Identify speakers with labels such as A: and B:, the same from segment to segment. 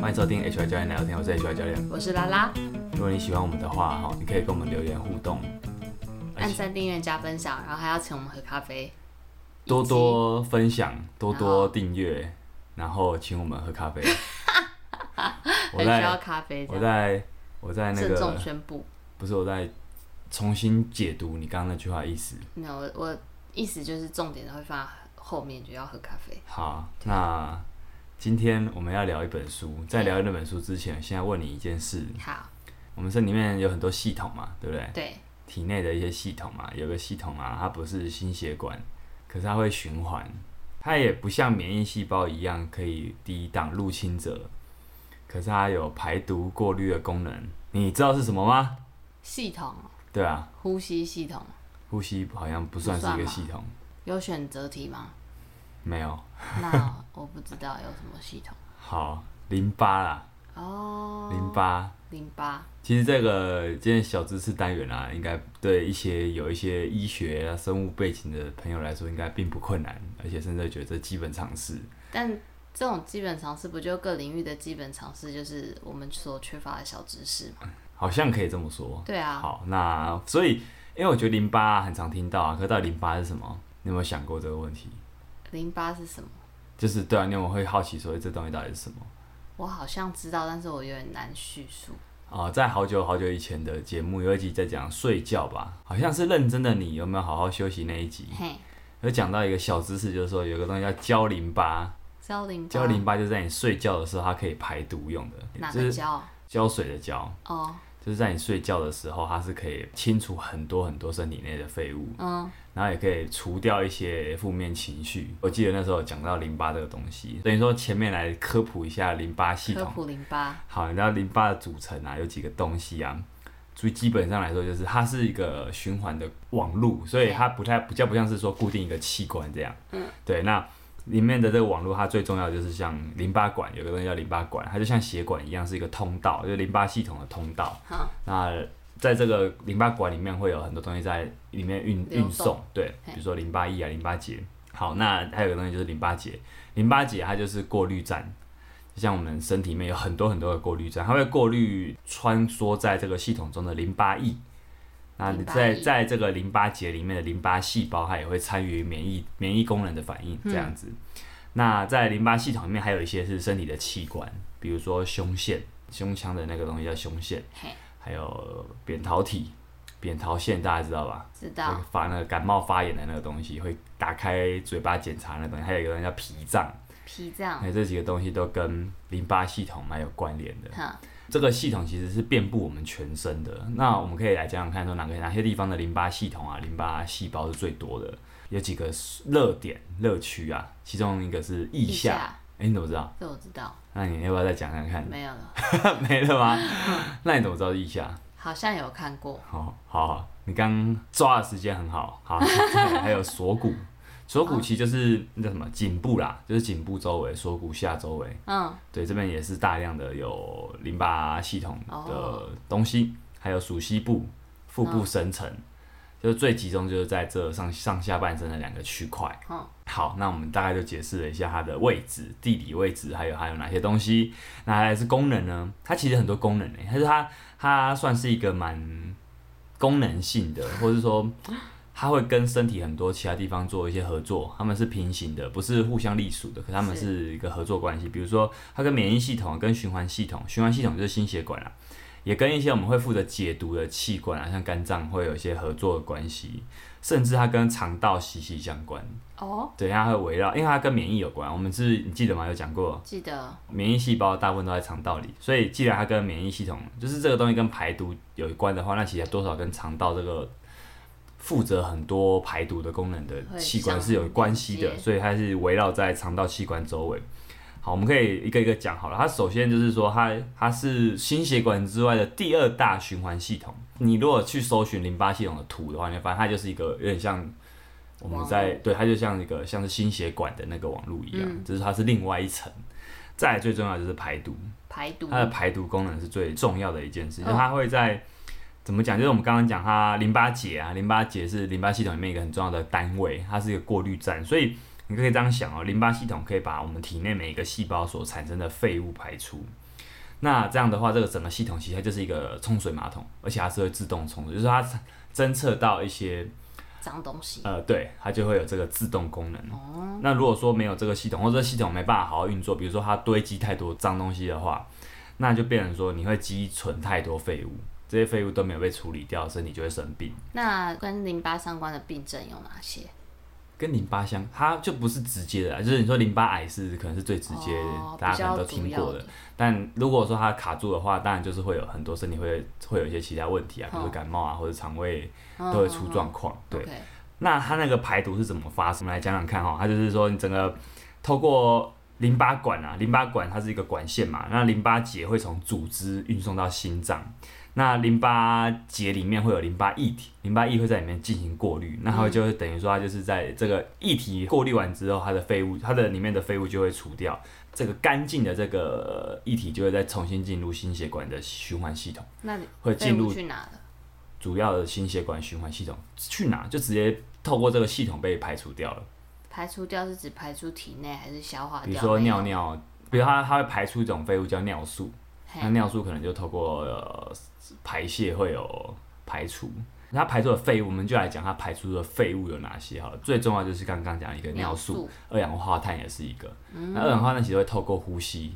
A: 欢迎收听 HR 教练聊天，我是 HR 教练。
B: 我是拉拉，
A: 如果你喜欢我们的话，哈，你可以跟我们留言互动，而
B: 按
A: 且
B: 赞、订阅、加分享，然后还要请我们喝咖啡，
A: 多多分享，多
B: 然后
A: 多订阅，然后请我们喝咖 啡。我
B: 很需
A: 在
B: 要咖啡这
A: 我
B: 样。
A: 在我在那
B: 郑重
A: 个
B: 宣布，
A: 不是我在重新解读你刚刚那句话的意思。
B: 那我我意思就是重点都会放在后面，就要喝咖啡。
A: 好，那今天我们要聊一本书，在聊那本书之前，先要问你一件事：
B: 好，
A: 我们身里面有很多系统嘛，对不对？
B: 对，
A: 体内的一些系统嘛，有个系统啊，它不是心血管，可是它会循环，它也不像免疫细胞一样可以抵挡入侵者，可是它有排毒过滤的功能。你知道是什么吗？
B: 系统，
A: 对啊，
B: 呼吸系统，
A: 呼吸好像不算是一个系统，
B: 有选择题 吗？
A: 没有。
B: 那我不知道有什么系统。
A: 好，淋巴啦，
B: 哦，
A: 淋巴。
B: 淋巴，
A: 其实这个今天小知识单元啊，应该对一些有一些医学啊、生物背景的朋友来说，应该并不困难，而且甚至觉得这基本常识。
B: 但这种基本常识不就各领域的基本常识，就是我们所缺乏的小知识嘛？
A: 好像可以这么说。
B: 对啊，
A: 好，那所以，因为我觉得淋巴很常听到啊，可到底淋巴是什么？你有没有想过这个问题？
B: 淋巴是什么？
A: 就是对啊，你有没有会好奇说诶这东西到底是什么？
B: 我好像知道，但是我有点难叙述。
A: 啊、在好久好久以前的节目有一集在讲睡觉吧，好像是认真的你有没有好好休息那一集，
B: 嘿，
A: 有讲到一个小知识，就是说有个东西叫胶淋巴，
B: 胶淋巴，
A: 胶淋巴就是在你睡觉的时候它可以排毒用的，
B: 哪
A: 就
B: 个
A: 是
B: 胶？
A: 胶水的胶，
B: 哦，
A: 就是在你睡觉的时候它是可以清除很多很多身体内的废物。
B: 嗯，
A: 然后也可以除掉一些负面情绪。我记得那时候有讲到淋巴这个东西，等于说前面来科普一下淋巴系
B: 科
A: 统。
B: 普淋巴，
A: 好，你知道淋巴的组成啊，有几个东西啊？最基本上来说，就是它是一个循环的网路，所以它不太比较不像是说固定一个器官这样。嗯，对，那。里面的这个网络，它最重要的就是像淋巴管，有个东西叫淋巴管，它就像血管一样，是一个通道，就是淋巴系统的通道。
B: 好，
A: 那在这个淋巴管里面会有很多东西在里面运
B: 流动
A: 运送，对，
B: 嘿
A: 比如说淋巴液啊、淋巴结。好，那还有一个东西就是淋巴结，淋巴结它就是过滤站，就像我们身体里面有很多很多的过滤站，它会过滤穿梭在这个系统中的淋巴液。那
B: 淋巴
A: 在
B: 液
A: 在这个淋巴结里面的淋巴细胞，它也会参与免疫免疫功能的反应，这
B: 嗯
A: 样子。那在淋巴系统里面还有一些是身体的器官，比如说胸腺、胸腔的那个东西叫胸腺，
B: 嘿，
A: 还有扁桃体、扁桃腺，大家知道吧？
B: 知
A: 那
B: 道
A: 个发那个感冒发炎的那个东西，会打开嘴巴检查那个东西，还有一个东西叫脾脏，
B: 脾脏，
A: 哎那这几个东西都跟淋巴系统蛮有关联的。
B: 哼，
A: 这个系统其实是遍布我们全身的。那我们可以来讲讲看，说哪个哪些地方的淋巴系统啊，淋巴细胞是最多的，有几个热点热区啊，其中一个是腋
B: 腋
A: 下。
B: 下，
A: 哎、你怎么知道？
B: 这我知道，
A: 那你要不要再讲讲看？
B: 没有了，
A: 没了吗？ 那你怎么知道是腋下？
B: 好像有看过，
A: 好好好，你刚抓的时间很好，好，再来还有锁骨，锁骨其实就是那叫什么颈部啦，就是颈部周围、锁骨下周围，
B: 嗯，
A: 对，这边也是大量的有淋巴系统的
B: 哦
A: 东西，还有属膝部、腹部深层，就是最集中就是在这上上下半身的两个区块。
B: 嗯，
A: 好，那我们大概就解释了一下它的位置、地理位置，还有还有哪些东西。那还是功能呢？它其实很多功能诶、但是它它算是一个蛮功能性的，或是说它会跟身体很多其他地方做一些合作，它们是平行的，不是互相隶属的，可它们
B: 是
A: 是一个合作关系。比如说，它跟免疫系统、啊跟循环系统，循环系统就是心血管啊，也跟一些我们会负责解毒的器官啊，像肝脏会有一些合作的关系，甚至它跟肠道息息相关。
B: 哦，
A: 对，它会围绕，因为它跟免疫有关。我们是你记得吗？有讲过，
B: 记得
A: 免疫细胞大部分都在肠道里，所以既然它跟免疫系统，就是这个东西跟排毒有关的话，那其实多少跟肠道这个负责很多排毒的功能的
B: 会
A: 器官
B: 相
A: 是有关系的，
B: 连接
A: 所以它是围绕在肠道器官周围。好，我们可以一个一个讲好了。它首先就是说它，它是心血管之外的第二大循环系统。你如果去搜寻淋巴系统的图的话，你会发现它就是一个有点像我们在
B: 网
A: 对它就像一个像是心血管的那个网路一样，
B: 嗯
A: 只是它是另外一层。再来最重要的就是排毒，
B: 排毒
A: 它，的排毒功能是最重要的一件事，
B: 嗯
A: 就它会在怎么讲？就是我们刚刚讲它淋巴结啊，淋巴结是淋巴系统里面一个很重要的单位，它是一个过滤站，所以你可以这样想哦，淋巴系统可以把我们体内每一个细胞所产生的废物排出。那这样的话，这个整个系统其实它就是一个冲水马桶，而且它是会自动冲水，就是它侦测到一些
B: 脏东西。
A: 呃，对，它就会有这个自动功能。
B: 哦
A: 那如果说没有这个系统，或者这系统没办法好好运作，比如说它堆积太多脏东西的话，那就变成说你会积存太多废物，这些废物都没有被处理掉，身体就会生病。
B: 那跟淋巴相关的病症有哪些？
A: 跟淋巴相，它就不是直接的啦，就是你说淋巴癌是可能是最直接的，
B: 哦
A: 大家可能都
B: 比较主
A: 听
B: 要
A: 过
B: 的
A: 的。但如果说它卡住的话，当然就是会有很多身体会会有一些其他问题啊，比如说
B: 嗯
A: 感冒啊，或者肠胃
B: 嗯
A: 都会出状况。对，
B: OK，
A: 那它那个排毒是怎么发生？我们来讲讲看哈、它就是说你整个透过淋巴管啊，淋巴管它是一个管线嘛，那淋巴结会从组织运送到心脏，那淋巴结里面会有淋巴液体，淋巴液会在里面进行过滤，那它就会等于说它就是在这个液体过滤完之后，它的废物，它的里面的废物就会除掉，这个干净的这个液体就会再重新进入心血管的循环系统，
B: 那你
A: 会
B: 废
A: 进入
B: 物去哪了？
A: 主要的心血管循环系统去哪，就直接透过这个系统被排除掉了。
B: 排除掉是指排出体内还是消啊化掉？
A: 比如说
B: 没有
A: 尿，尿，比如它它会排出一种废物叫尿素，
B: 嘿
A: 那尿素可能就透过、呃、排泄会有排除。它排出的废物，我们就来讲它排出的废物有哪些好了。最重要就是刚刚讲一个尿
B: 尿嗯
A: 素，，二氧化碳也是一个。那二氧化碳其实会透过呼吸，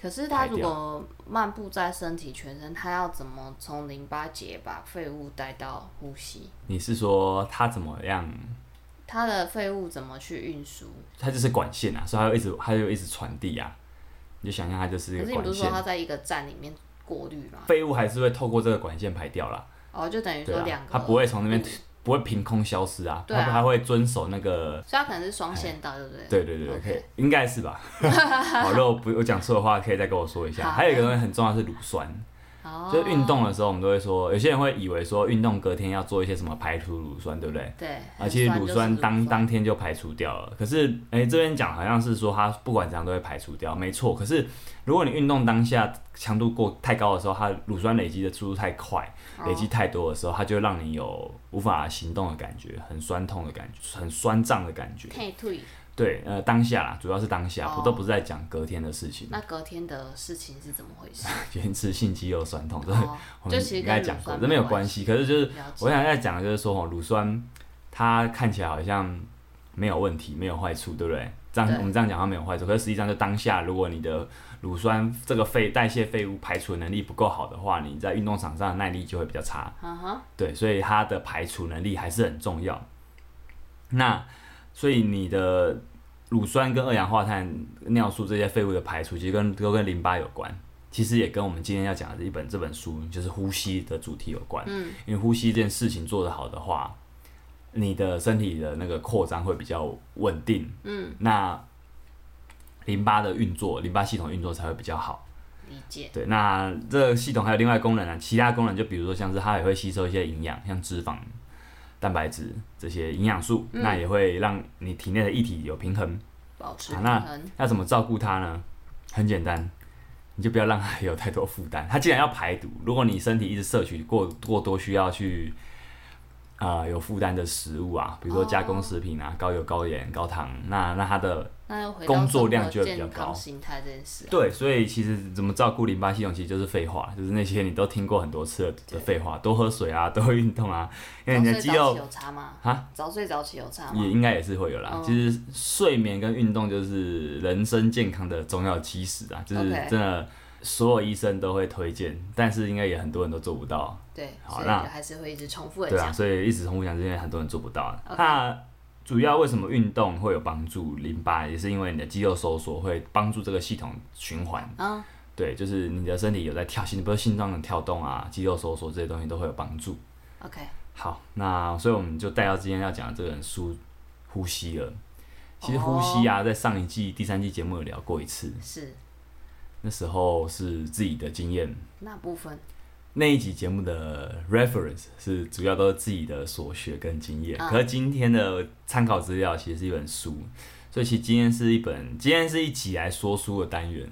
B: 可是它
A: 排
B: 如
A: 掉
B: 果漫步在身体全身，它要怎么从淋巴结把废物带到呼吸？
A: 你是说它怎么样？
B: 它的废物怎么去运输？
A: 它就是管线啊，所以它就一直它就一直传递啊。你就想象它就是一个
B: 可是你不
A: 管
B: 是说
A: 线，
B: 它在一个站里面过滤吗？
A: 废物还是会透过这个管线排掉啦。
B: 哦，就等于
A: 对
B: 说
A: 啊
B: 两，个，嗯
A: 它不会从那边不会凭空消失啊，
B: 对啊
A: 它它会遵守那个
B: 所以它可能是双线道，对不对？
A: 对对对对，
B: OK
A: 可以，应该是 吧。好，如果不我讲错的话，可以再跟我说一下。
B: 好
A: 还有一个东西很重要是乳酸，
B: 哦，
A: 就是运动的时候，我们都会说，有些人会以为说运动隔天要做一些什么排除乳酸，对不对？
B: 对，
A: 啊，其实乳酸当
B: 很酸就是乳
A: 当天就排除掉了。可是，哎、这边讲好像是说它不管怎样都会排除掉，没错。可是，如果你运动当下强度过太高的时候，它乳酸累积的速度太快，
B: 哦
A: 累积太多的时候，它就会让你有无法行动的感觉，很酸痛的感觉，很酸胀的感觉。
B: 退退，
A: 对，呃，当下啦，主要是当下，
B: 哦
A: 我都不是在讲隔天的事情，
B: 那隔天的事情是怎么回事？
A: 延迟性肌肉酸痛，这
B: 哦，
A: 我
B: 就
A: 们
B: 其实
A: 应
B: 跟
A: 该讲过，
B: 乳酸
A: 这没有
B: 没有关
A: 关系。可是就是
B: 了解
A: 我想再讲的就是说，哦，乳酸它看起来好像没有问题，没有坏处，对不对？这样
B: 对
A: 我们这样讲它没有坏处，可是实际上就当下，如果你的乳酸这个废代谢废物排除的能力不够好的话，你在运动场上的耐力就会比较差。
B: 嗯哼，
A: 对，所以它的排除能力还是很重要。那所以你的乳酸跟二氧化碳、尿素这些废物的排除，其实跟都跟淋巴有关。其实也跟我们今天要讲的一本这本书，就是呼吸的主题有关。嗯，因为呼吸这件事情做得好的话，你的身体的那个扩张会比较稳定。嗯，那淋巴的运作，淋巴系统运作才会比较好。
B: 理解。
A: 对，那这个系统还有另外功能啊，其他功能就比如说像是它也会吸收一些营养，像脂肪、蛋白质这些营养素，那也会让你体内的液体有平衡。
B: 保持
A: 啊
B: 平
A: 那
B: 衡，
A: 要怎么照顾它呢？很简单，你就不要让它有太多负担。它既然要排毒，如果你身体一直摄取过过多需要去啊、呃有负担的食物啊，比如说加工食品啊、高油、高盐、高糖，那那它的
B: 那又回到
A: 工作
B: 生
A: 量
B: 活
A: 就会比较
B: 健康
A: 高
B: 形态这件事啊，
A: 对，所以其实怎么照顾淋巴系统，其实就是废话，就是那些你都听过很多次的的废话，多喝水啊，多运动啊，因为你的
B: 早睡
A: 肌
B: 早起
A: 肉
B: 有差吗？
A: 啊，
B: 早睡早起有差
A: 也
B: 吗？
A: 应该也是会有啦。
B: 嗯
A: 其实睡眠跟运动就是人生健康的重要基石啊，就是
B: OK
A: 真的所有医生都会推荐，但是应该也很多人都做不到，
B: 对，
A: 好
B: 所以
A: 那
B: 就还是会一直重复的
A: 对啊，
B: 讲。
A: 所以一直重复讲这些，很多人做不到啊。
B: OK
A: 那主要为什么运动会有帮助淋巴，也是因为你的肌肉收缩会帮助这个系统循环。
B: 嗯，
A: 对，就是你的身体有在跳心，比如心脏的跳动啊、肌肉收缩这些东西都会有帮助。
B: OK，
A: 好，那所以我们就带到今天要讲的这本书《呼吸》了。其实呼吸
B: 哦
A: 啊，在上一季第三季节目有聊过一次，
B: 是
A: 那时候是自己的经验。
B: 那部分。
A: 那一集节目的 reference 是主要都是自己的所学跟经验，
B: 嗯
A: 可是今天的参考资料其实是一本书，所以其实今天是一本，今天是一集来说书的单元。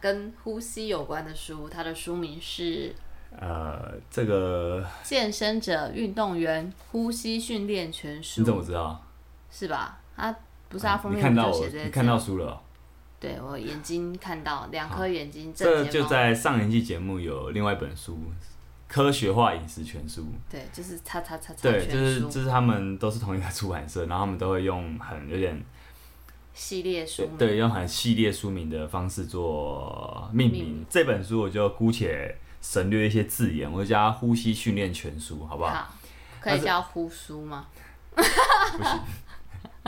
B: 跟呼吸有关的书，它的书名是
A: 呃，这个
B: 《健身者运动员呼吸训练全书
A: 你怎》，么知道？
B: 是吧？啊，不是啊，封
A: 你
B: 面
A: 看
B: 不
A: 到
B: 就
A: 我
B: 写，这些
A: 你
B: 字
A: 看到书了哦、
B: 对我眼睛看到两
A: 好
B: 颗眼睛
A: 这
B: 正睫
A: 就
B: 毛，
A: 在上一季节目有另外一本书《科学化饮食全书》，
B: 对，就是叉叉叉叉
A: 对，就
B: 全
A: 是
B: 书
A: 就是他们都是同一个出版社，然后他们都会用很有点
B: 系列书
A: 对
B: 名，
A: 对用很系列书名的方式做命名。
B: 命名
A: 这本书我就姑且省略一些字眼，我就叫它《呼吸训练全书》，好不好？
B: 好，可
A: 但
B: 以
A: 是
B: 叫呼书吗？
A: 不行，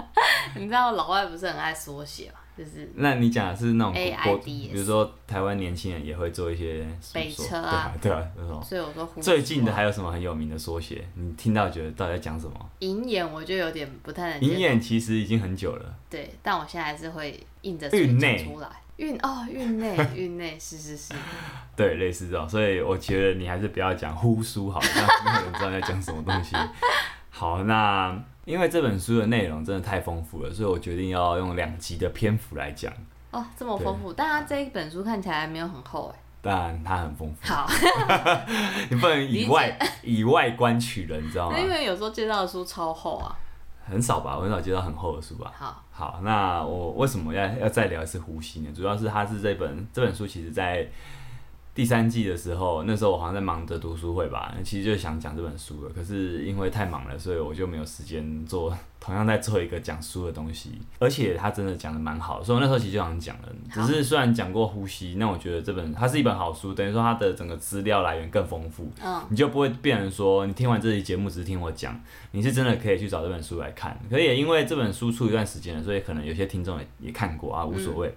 B: 你知道老外不是很爱缩写嘛，就是
A: 那你讲的是那种国国，比
B: AIDS
A: 如说台湾年轻人也会做一些什么
B: 北
A: 缩
B: 车啊
A: 对啊，对啊，那种。
B: 所以我说呼。
A: 最近的还有什么很有名的缩写？你听到觉得到底在讲什么？
B: 银眼，我就有点不太能接
A: 银眼其实已经很久了，
B: 对，但我现在还是会硬着
A: 运
B: 头
A: 内
B: 讲出来。运哦，运内，运内，是是是，
A: 对，类似这种，所以我觉得你还是不要讲呼书好了，那没有人知道你在讲什么东西。 好，那因为这本书的内容真的太丰富了，所以我决定要用两集的篇幅来讲，
B: 哦，这么丰富。但它这一本书看起来没有很厚哎。
A: 但它很丰富，
B: 好，
A: 你不能以外以外观取人，你知道吗
B: 那？因为有时候介绍的书超厚啊。
A: 很少吧，我很少接到很厚的书吧。
B: 好，
A: 好，那我为什么要要再聊一次呼吸呢？主要是它是这本这本书，其实在第三季的时候，那时候我好像在忙着读书会吧，其实就想讲这本书了，可是因为太忙了，所以我就没有时间做同样在做一个讲书的东西。而且它真的讲的蛮好，所以我那时候其实就想讲了，只是虽然讲过呼吸，那我觉得这本它是一本好书，等于说它的整个资料来源更丰富，
B: 嗯，
A: 你就不会变成说，你听完这期节目只是听我讲，你是真的可以去找这本书来看。可也因为这本书出一段时间了，所以可能有些听众也也看过啊，
B: 嗯
A: 无所谓。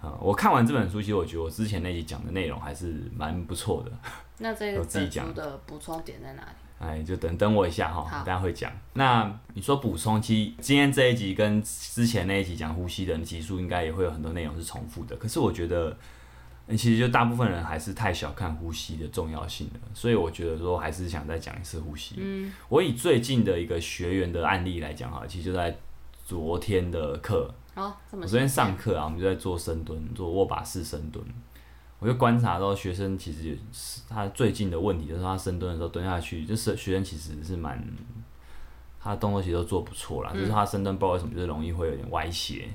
A: 啊、我看完这本书，其实我觉得我之前那集讲的内容还是蛮不错的。
B: 那这
A: 我
B: 个
A: 自己
B: 本
A: 讲
B: 书的补充点在哪里？
A: 哎，就等等我一下哈，
B: 好
A: 大家会讲。那你说补充，其实今天这一集跟之前那一集讲呼吸的集数，应该也会有很多内容是重复的。可是我觉得，嗯其实就大部分人还是太小看呼吸的重要性了，所以我觉得说还是想再讲一次呼吸。嗯，我以最近的一个学员的案例来讲哈，其实就在昨天的课，
B: 哦，这么
A: 我昨天上课啊，我们就在做深蹲，做握把式深蹲。我就观察到学生其实是他最近的问题，就是他深蹲的时候蹲下去，就是学生其实是蛮他的动作其实都做不错啦，就是他深蹲不知道为什么就是容易会有点歪斜，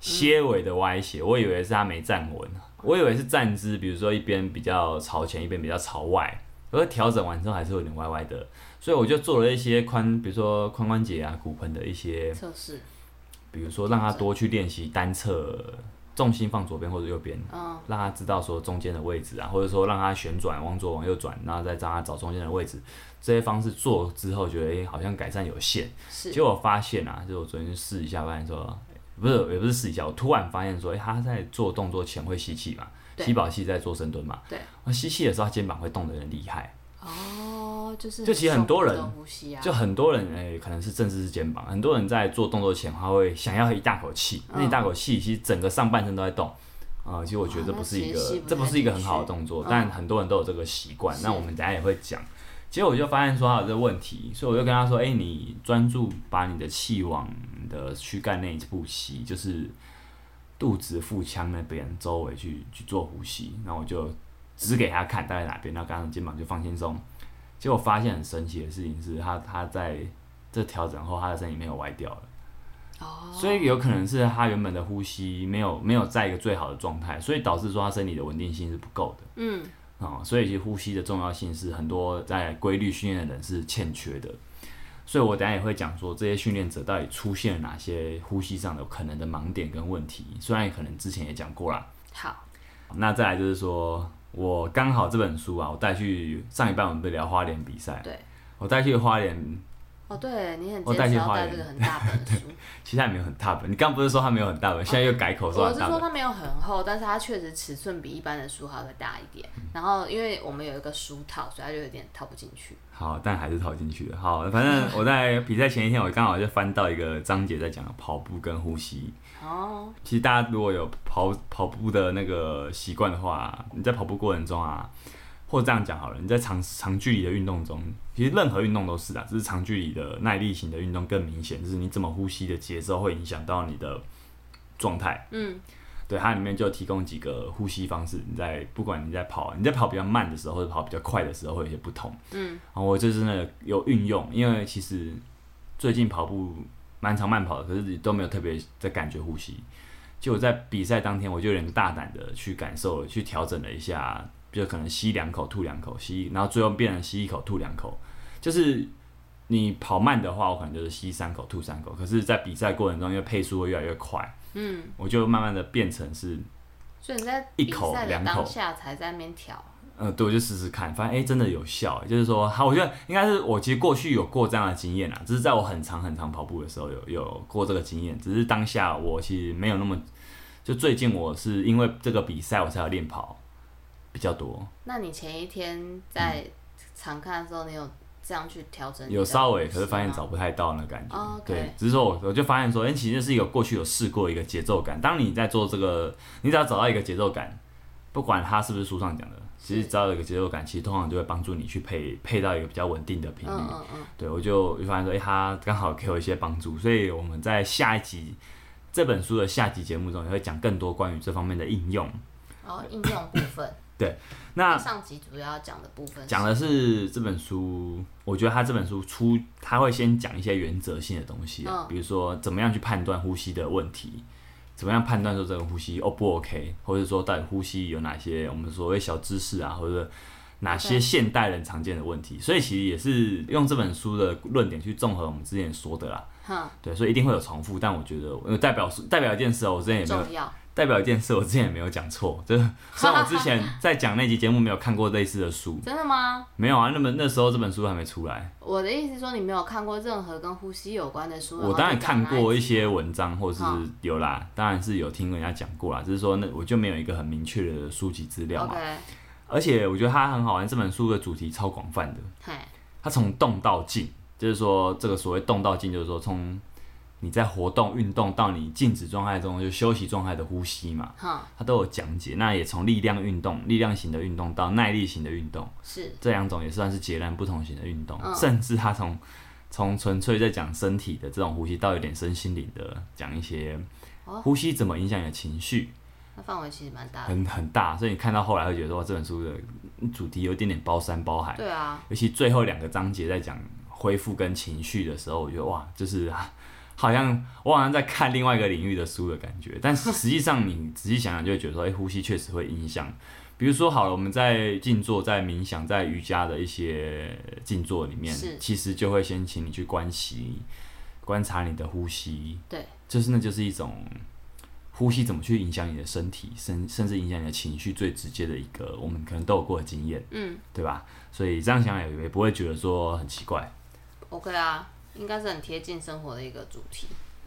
A: 些尾的歪斜。我以为是他没站稳，我以为是站姿，比如说一边比较朝前，一边比较朝外，可是调整完之后还是有点歪歪的，所以我就做了一些髋，比如说髋关节啊、骨盆的一些
B: 测试，
A: 比如说让他多去练习单侧重心放左边或者右边，
B: 嗯，
A: 让他知道说中间的位置啊，或者说让他旋转往左往右转，然后再让他找中间的位置，这些方式做之后，觉得诶、好像改善有限。
B: 是
A: 结果我发现啊，就我昨天去试一下，发现说诶不是也不是试一下，我突然发现说，诶、他在做动作前会吸气嘛，
B: 对
A: 吸饱气再做深蹲嘛，
B: 对，
A: 那吸气的时候他肩膀会动得很厉害。
B: 哦，就是
A: 就其实很多人
B: 胸部的呼吸啊，
A: 就很多人诶、可能是正式是肩膀，很多人在做动作前，他会想要一大口气，
B: 嗯
A: 那一大口气其实整个上半身都在动。啊、其实我觉得这不是一个
B: 哇哦那其实吸，不
A: 这不是一个很好的
B: 太进
A: 动作，
B: 嗯
A: 但很多人都有这个习惯。
B: 是
A: 那我们等一下也会讲。结果我就发现说他有这个问题，所以我就跟他说：“哎、你专注把你的气往你的躯干那一部吸，就是肚子腹腔那边周围去去做呼吸。”然后我就指给他看大概哪边，然后刚刚肩膀就放轻松。结果发现很神奇的事情是他他在这调整后，他的身体没有歪掉了。
B: 哦，
A: 所以有可能是他原本的呼吸没有没有在一个最好的状态，所以导致说他身体的稳定性是不够的
B: 嗯，
A: 啊、所以其实呼吸的重要性是很多在规律训练的人是欠缺的。所以我等一下也会讲说这些训练者到底出现了哪些呼吸上的可能的盲点跟问题，虽然可能之前也讲过啦，
B: 好，
A: 那再来就是说，我刚好这本书啊，我带去上一半我们不是聊花莲比赛，
B: 对，
A: 我带去花莲，
B: 哦，对你很
A: 哎我
B: 坚
A: 带
B: 持
A: 去
B: 要
A: 花
B: 带
A: 园
B: 这个很大本的 书，
A: 其实它也没有很大本。你刚不是说它没有很大本，现在又改口说
B: 我
A: 很
B: 是
A: 大
B: 说
A: 本，
B: 它没有很厚，但是它确实尺寸比一般的书还要再大一点。然后因为我们有一个书套，所以它就有点套不进去。
A: 好，但还是投进去了。好，反正我在比赛前一天，我刚好就翻到一个章节在讲跑步跟呼吸。
B: 哦，
A: 其实大家如果有跑跑步的那个习惯的话，你在跑步过程中啊，或者这样讲好了，你在长长距离的运动中，其实任何运动都是啊，只是长距离的耐力型的运动更明显，就是你怎么呼吸的节奏会影响到你的状态。
B: 嗯，
A: 对，它里面就提供几个呼吸方式，你在不管你在跑，你在跑比较慢的时候，或者跑比较快的时候，会有些不同。
B: 嗯，
A: 然后我就真的有运用，因为其实最近跑步蛮长慢跑的，可是都没有特别在感觉呼吸。结果在比赛当天，我就有点大胆的去感受了，去调整了一下，就可能吸两口吐两口，吸，然后最后变成吸一口吐两口。就是你跑慢的话，我可能就是吸三口吐三口，可是，在比赛过程中，因为配速会越来越快，
B: 嗯，
A: 我就慢慢的变成是，
B: 所以你在
A: 一
B: 比
A: 口
B: 赛的
A: 两
B: 当
A: 口
B: 下才在那边调，
A: 呃，对，我就试试看，发现哎、诶真的有效，就是说，好，我觉得应该是我其实过去有过这样的经验啦，啊只是在我很长很长跑步的时候有有过这个经验，只是当下我其实没有那么，就最近我是因为这个比赛我才有练跑比较多，
B: 那你前一天在场看的时候，你有这样去调整你
A: 嗯
B: 的
A: 有稍微，可是
B: 呼吸
A: 发现
B: 吗
A: 找不太到那感觉。
B: 哦，OK
A: 对，只是说我我就发现说，哎、其实是有过去有试过一个节奏感。当你在做这个，你只要找到一个节奏感，不管它是不是书上讲的，其实
B: 是
A: 只要有一个节奏感，其实通常就会帮助你去配配到一个比较稳定的频率。
B: 嗯嗯嗯，
A: 对，我就我就发现说，哎、它刚好给我一些帮助，所以我们在下一集这本书的下集节目中也会讲更多关于这方面的应用。
B: 然后哦应用部分，
A: 那
B: 上集主要讲的部分是
A: 啊讲的是这本书，我觉得他这本书出，他会先讲一些原则性的东西啊，
B: 嗯
A: 比如说怎么样去判断呼吸的问题，怎么样判断说这个呼吸 O 不 OK，或者说到底呼吸有哪些我们所谓小知识啊，或者哪些
B: 对
A: 现代人常见的问题，所以其实也是用这本书的论点去综合我们之前说的啦。
B: 哼
A: 对，所以一定会有重复，但我觉得呃代表代表一件事哦，我之前也没有
B: 重要，
A: 代表一件事，我之前也没有讲错，就是 虽然我之前在讲那集节目没有看过类似的书，
B: 真的吗？
A: 没有啊，那么那时候这本书还没出来，
B: 我的意思是说，你没有看过任何跟呼吸有关的书，
A: 我当然看过一些文章，或是
B: 好
A: 有啦，当然是有听人家讲过啦，只是说那我就没有一个很明确的书籍资料
B: 然后
A: 嘛
B: 再讲。哪一集
A: 而且我觉得它很好玩，这本书的主题超广泛的，
B: OK，嘿，
A: 它从动到静，就是说这个所谓动到静，就是说从你在活动运动到你静止状态中，就休息状态的呼吸嘛，
B: 哼，
A: 它都有讲解。那也从力量运动、力量型的运动到耐力型的运动。
B: 是
A: 这两种也算是截然不同型的运动，
B: 嗯
A: 甚至他从从纯粹在讲身体的这种呼吸，到有点身心灵的讲一些
B: 哦啊
A: 呼吸怎么影响你的情绪，
B: 那范围其实蛮大的，
A: 很很大，所以你看到后来会觉得说哇这本书的主题有一点点包山包海，
B: 对啊，
A: 尤其最后两个章节在讲恢复跟情绪的时候，我觉得哇，就是 啊好像我好像在看另外一个领域的书的感觉，但是实际上你仔细想想就会觉得说，哎、呼吸确实会影响。比如说好了，我们在静坐、在冥想、在瑜伽的一些静坐里面
B: 是，
A: 其实就会先请你去关息，观察你的呼吸，
B: 对，
A: 就是那就是一种呼吸怎么去影响你的身体，甚甚至影响你的情绪最直接的一个，我们可能都有过的经验。
B: 嗯
A: 对吧？所以这样想也也不会觉得说很奇怪。
B: ，OK 啊，应该是很贴近生活的一个主题。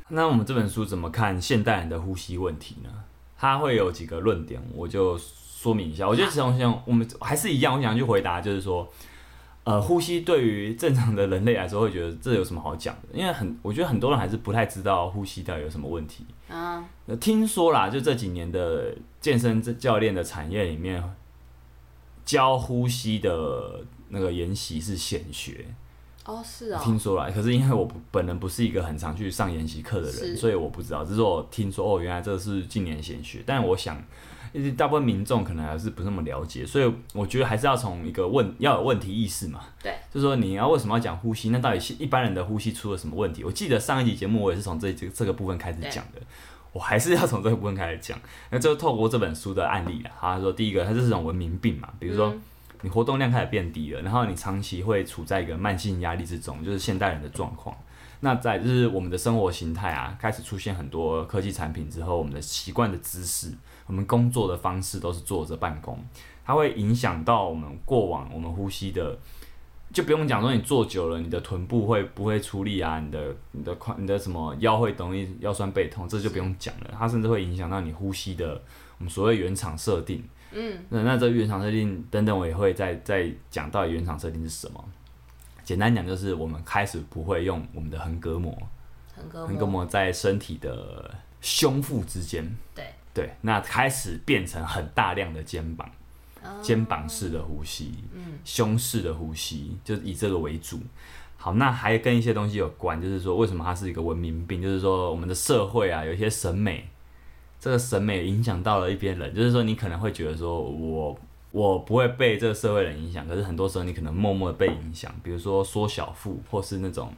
A: 那我们这本书怎么看现代人的呼吸问题呢？它会有几个论点，我就说明一下。我觉得其实我想，我们还是一样，我想去回答，就是说，呃，呼吸对于正常的人类来说，会觉得这有什么好讲的？因为很，我觉得很多人还是不太知道呼吸到底有什么问题。
B: 嗯，
A: 呃听说啦，就这几年的健身教练的产业里面，教呼吸的那个研习是显学。
B: 哦，是哦，
A: 听说了，可是因为我不本人不是一个很常去上研习课的
B: 是
A: 人，所以我不知道。只是我听说哦，原来这是近年显学，但我想，因为大部分民众可能还是不那么了解，所以我觉得还是要从一个问要有问题意识嘛。
B: 对，
A: 就是说你要为什么要讲呼吸？那到底是一般人的呼吸出了什么问题？我记得上一集节目我也是从这这这个部分开始讲的。我还是要从这个部分开始讲，那就透过这本书的案例啦。他说，第一个，它这是一种文明病嘛，比如说、
B: 嗯
A: 你活动量开始变低了，然后你长期会处在一个慢性压力之中，就是现代人的状况。那在就是我们的生活形态啊，开始出现很多科技产品之后，我们的习惯的姿势，我们工作的方式都是坐着办公，它会影响到我们过往我们呼吸的，就不用讲说你坐久了，你的臀部会不会出力啊？你的你的髋你的什么腰会容易腰酸背痛，这就不用讲了。它甚至会影响到你呼吸的我们所谓原厂设定。
B: 嗯，
A: 那那这个原厂设定等等，我也会再再讲到底原厂设定是什么。简单讲就是我们开始不会用我们的横膈膜，
B: 横膈
A: 横膈
B: 膜，
A: 膜在身体的胸腹之间，
B: 对，
A: 对，那开始变成很大量的肩膀，
B: 嗯
A: 肩膀式的呼吸，胸式的呼吸，就是以这个为主。好，那还跟一些东西有关，就是说为什么它是一个文明病，就是说我们的社会啊，有一些审美，这个审美影响到了一边人，就是说你可能会觉得说我我不会被这个社会人影响，可是很多时候你可能默默的被影响，比如说缩小腹，或是那种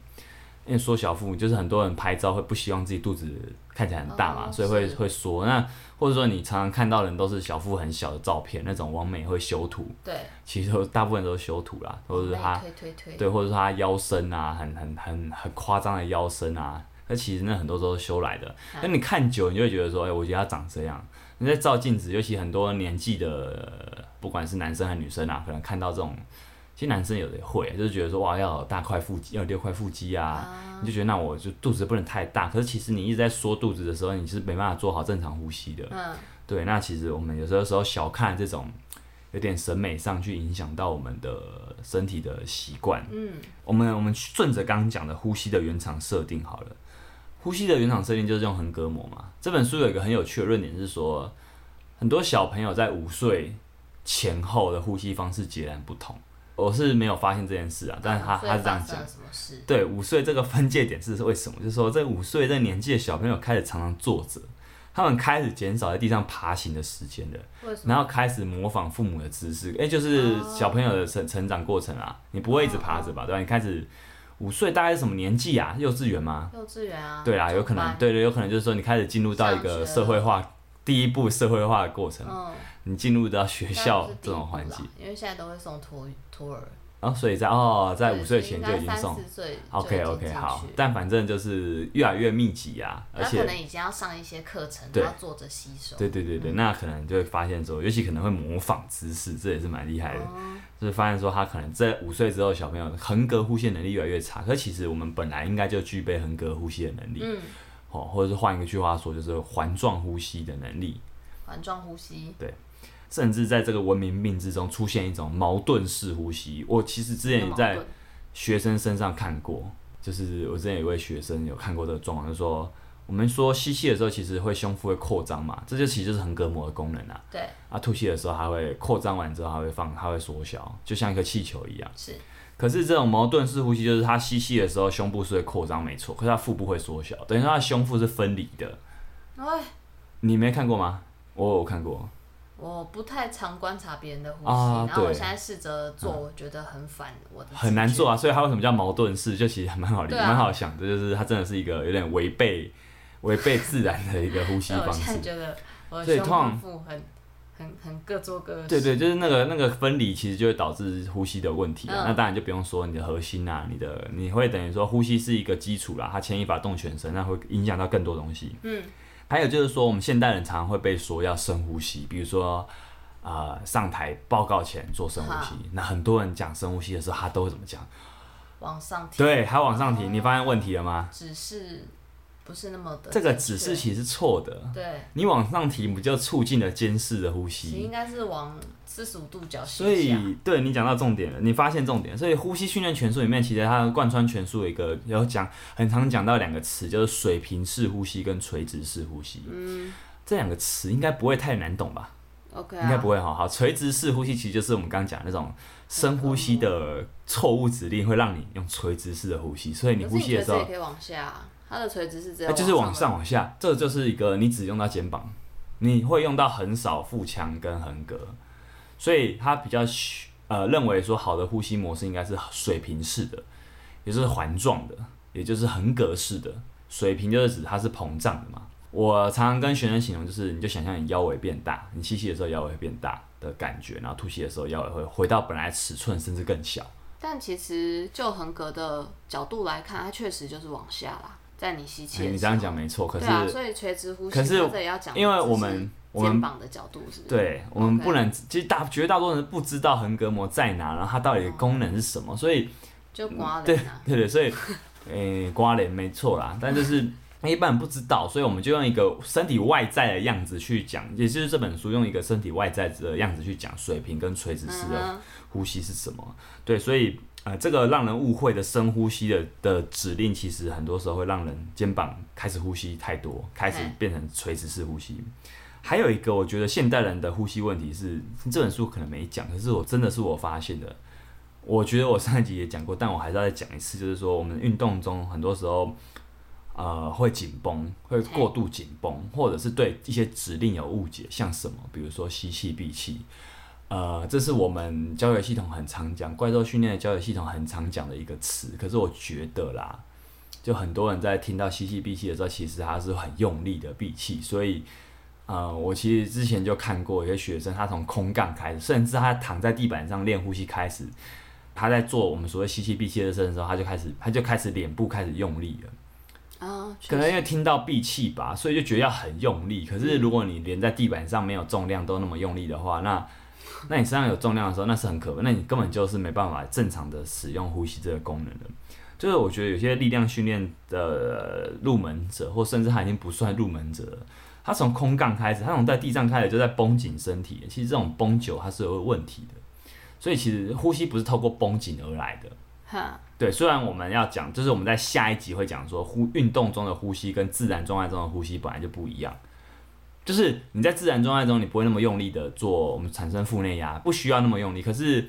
A: 因为缩小腹就是很多人拍照会不希望自己肚子看起来很大嘛，
B: 哦
A: 所以会
B: 是
A: 会缩。那或者说你常常看到的人都是小腹很小的照片，那种网美会修图，
B: 对，
A: 其实都大部分都是修图啦，或者是
B: 那
A: 他
B: 你推推推，
A: 对，或者是他腰身啊，很很很很夸张的腰身啊，那其实那很多都是修来的。那你看久，你就会觉得说，哎、我觉得他长这样。你在照镜子，尤其很多年纪的，不管是男生还是女生啊，可能看到这种，其实男生有的也会，就是觉得说，哇，要有大块腹肌，要有六块腹肌啊，你就觉得那我就肚子不能太大。可是其实你一直在缩肚子的时候，你是没办法做好正常呼吸的。
B: 嗯，
A: 对，那其实我们有时候时候小看这种，有点审美上去影响到我们的身体的习惯。
B: 嗯，
A: 我们我们顺着刚刚讲的呼吸的原厂设定好了，呼吸的原厂设定就是用横膈膜嘛。这本书有一个很有趣的论点是说，很多小朋友在五岁前后的呼吸方式截然不同。我是没有发现这件事啊，但是他
B: 嗯所以
A: 他是这样
B: 发生
A: 讲
B: 了。什么事？
A: 对，五岁这个分界点是为什么？就是说，在五岁这个年纪的小朋友开始常常坐着，他们开始减少在地上爬行的时间了，
B: 为什么？
A: 然后开始模仿父母的姿势。哎，就是
B: 哦
A: 小朋友的成成长过程啊，你不会一直爬着吧？对吧？你开始五岁大概是什么年纪啊？幼稚园吗？
B: 幼稚园啊，
A: 对啦，有可
B: 中
A: 能，
B: 班，
A: 对对，有可能就是说你开始进入到一
B: 上学
A: 个
B: 了
A: 社会化第一步社会化的过程，
B: 嗯，
A: 你进入到学校
B: 当然是第
A: 这
B: 一
A: 种
B: 步
A: 环
B: 啦
A: 境，
B: 因为现在都会送托托儿，
A: 然后所以在哦，在
B: 对
A: 五岁
B: 所以
A: 前
B: 应
A: 就
B: 该
A: 已经
B: 三
A: 送。
B: 四岁就
A: OK
B: 已经
A: OK
B: 进
A: 好
B: 去，
A: 但反正就是越来越密集啊，而
B: 他可
A: 且
B: 能已经要上一些课程，
A: 对
B: 然后坐着吸收。
A: 对对对
B: 嗯
A: 对，那可能就会发现说，尤其可能会模仿姿势，这也是蛮厉害的，
B: 哦
A: 就是发现说他可能在五岁之后小朋友横膈呼吸能力越来越差，可其实我们本来应该就具备横膈呼吸的能力，
B: 嗯，
A: 哦，或者是换一个句话说，就是环状呼吸的能力，
B: 环状呼吸，
A: 甚至在这个文明病之中出现一种矛盾式呼吸，我其实之前也在
B: 有矛盾
A: 学生身上看过，就是我之前有一位学生有看过这个状况，就说我们说吸气的时候，其实会胸腹会扩张嘛，这就其实就是横膈膜的功能啊。
B: 对
A: 啊，吐气的时候它会扩张完之后，它会放，它会缩小，就像一颗气球一样。
B: 是
A: 可是这种矛盾式呼吸，就是他吸气的时候胸部是会扩张，没错，可是他腹部会缩小，等于说他胸腹是分离的。
B: 哎，
A: 你没看过吗？我有看过。
B: 我不太常观察别人的呼吸，
A: 啊
B: 然后我
A: 对嗯
B: 现在试着做，我觉得很反我的直觉
A: 很难做。啊，所以它为什么叫矛盾式？就其实还蛮好理，
B: 对啊
A: 蛮、好想的，就是它真的是一个有点违背违背自然的一个呼 吸
B: 但我
A: 方
B: 现
A: 式
B: 在。觉得我
A: 所以
B: 的
A: 通常
B: 胸部很很很各做各的
A: 对
B: 事
A: 对，就是那个那个分离，其实就会导致呼吸的问题啊、
B: 嗯
A: 那当然就不用说你的核心啊，你的你会等于说呼吸是一个基础啦，它牵一发动全身，那会影响到更多东西。
B: 嗯，
A: 还有就是说，我们现代人常常会被说要深呼吸，比如说。啊、上台报告前做深呼吸
B: 好，
A: 那很多人讲深呼吸的时候，他都会怎么讲？
B: 往上提，
A: 对，还往
B: 哦
A: 上提，你发现问题了吗？
B: 只是不是那么的
A: 这个
B: 正
A: 指
B: 确
A: 示其实是错的。
B: 对，
A: 你往上提，不就促进了监视的呼
B: 其实应
A: 吸？
B: 该是往四十五度角
A: 所
B: 斜下，
A: 以，对你讲到重点了，你发现重点。所以，呼吸训练全书里面，其实它贯穿全书有一个有讲，很常讲到两个词，就是水平式呼吸跟垂直式呼吸。嗯，这两个词应该不会太难懂吧？
B: OK
A: 应该
B: 啊
A: 不，会哈。好，垂直式呼吸其实就是我们刚刚讲的那种深呼吸的错误指令，会让你用垂直式的呼吸，所以你
B: 可
A: 呼
B: 是
A: 吸的
B: 垂
A: 时
B: 直
A: 候
B: 也可以往下啊，它的垂直是只
A: 它
B: 有
A: 哎就是往
B: 上
A: 上往下，这就是一个你只用到肩膀，你会用到很少腹腔跟横膈，所以他比较需呃认为说好的呼吸模式应该是水平式的，也就是环状的，也就是横膈式的。水平就是指它是膨胀的嘛。我常常跟学生形容就是，你就想象你腰围变大，你吸气的时候腰围会变大的感觉，然后吐气的时候腰围会回到本来尺寸甚至更小。
B: 的。但其实就横膈的角度来看，它确实就是往下啦，在你吸气的时候、
A: 哎你这样讲没错，可是
B: 对啊，所以垂直呼吸，
A: 可是
B: 它这也要讲，
A: 因为我们我们
B: 肩膀的角度是不是？，
A: 对，我们
B: OK
A: 不能其实大绝大多数人不知道横膈膜在哪，然后它到底的功能是什么，所以
B: 就刮
A: 嗯对
B: 脸啊，
A: 对对，所以诶、瓜脸没错啦，但就是一般人不知道，所以我们就用一个身体外在的样子去讲，也就是这本书用一个身体外在的样子去讲水平跟垂直式的
B: 嗯哼，
A: 呼吸是什么。对，所以呃，这个让人误会的深呼吸的的指令，其实很多时候会让人肩膀开始呼吸太多，开始
B: 嗯
A: 变成垂直式呼吸。还有一个，我觉得现代人的呼吸问题是这本书可能没讲，可是我真的是我发现的。我觉得我上一集也讲过，但我还是要再讲一次，就是说我们运动中很多时候，呃，会紧绷，会
B: 嗯
A: 过度紧绷，或者是对一些指令有误解，像什么，比如说吸气、闭气，呃，这是我们交友系统很常讲，怪兽训练的交友系统很常讲的一个词。可是我觉得啦，就很多人在听到吸气闭气的时候，其实他是很用力的闭气，所以。呃，我其实之前就看过有些学生，他从空杠开始，甚至他躺在地板上练呼吸开始，他在做我们所谓吸气闭气的的时候，他就开始他就开始脸部开始用力了。
B: 啊，确
A: 可能
B: 实
A: 因为听到闭气吧，所以就觉得要很用力。可是如果你连在地板上没有重量都那么用力的话，那那你身上有重量的时候，那是很可怕，那你根本就是没办法正常的使用呼吸这个功能的。就是我觉得有些力量训练的呃入门者，或甚至他已经不算入门者了，他从空杠开始，他从在地上开始就在绷紧身体，其实这种绷久它是有问题的。所以其实呼吸不是透过绷紧而来的，
B: 哈，
A: 对，虽然我们要讲，就是我们在下一集会讲说呼运动中的呼吸跟自然状态中的呼吸本来就不一样，就是你在自然状态中你不会那么用力的做，我们产生腹内压，不需要那么用力，可是，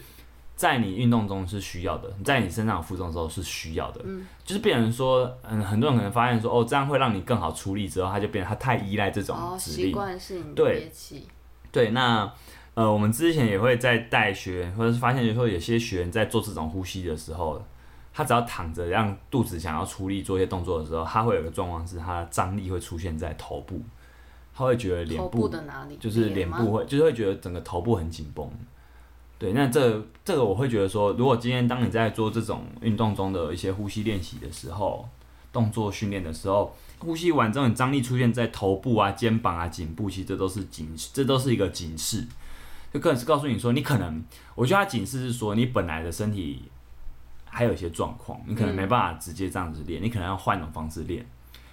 A: 在你运动中是需要的，你在你身上有负重的时候是需要的，
B: 嗯
A: 就是变成说，嗯，很多人可能发现说，哦，这样会让你更好出力，之后他就变成他太依赖这种
B: 哦，
A: 指
B: 习
A: 令，
B: 惯性
A: 对
B: 憋气，
A: 对，那呃，我们之前也会在带学员，或者是发现，就是说有些学员在做这种呼吸的时候，他只要躺着让肚子想要出力做一些动作的时候，他会有个状况是，他的张力会出现在头部，他会觉得脸
B: 头部的哪里？
A: 就是脸
B: 吗
A: 部会，就是会觉得整个头部很紧绷。对，那这这个我会觉得说，如果今天当你在做这种运动中的一些呼吸练习的时候，动作训练的时候，呼吸完之后，你张力出现在头部啊、肩膀啊、颈部，其实这都是警，这都是一个警示，就更是告诉你说，你可能，我觉得它警示是说，你本来的身体还有一些状况，你
B: 嗯
A: 可能没办法直接这样子练，你可能要换种方式练。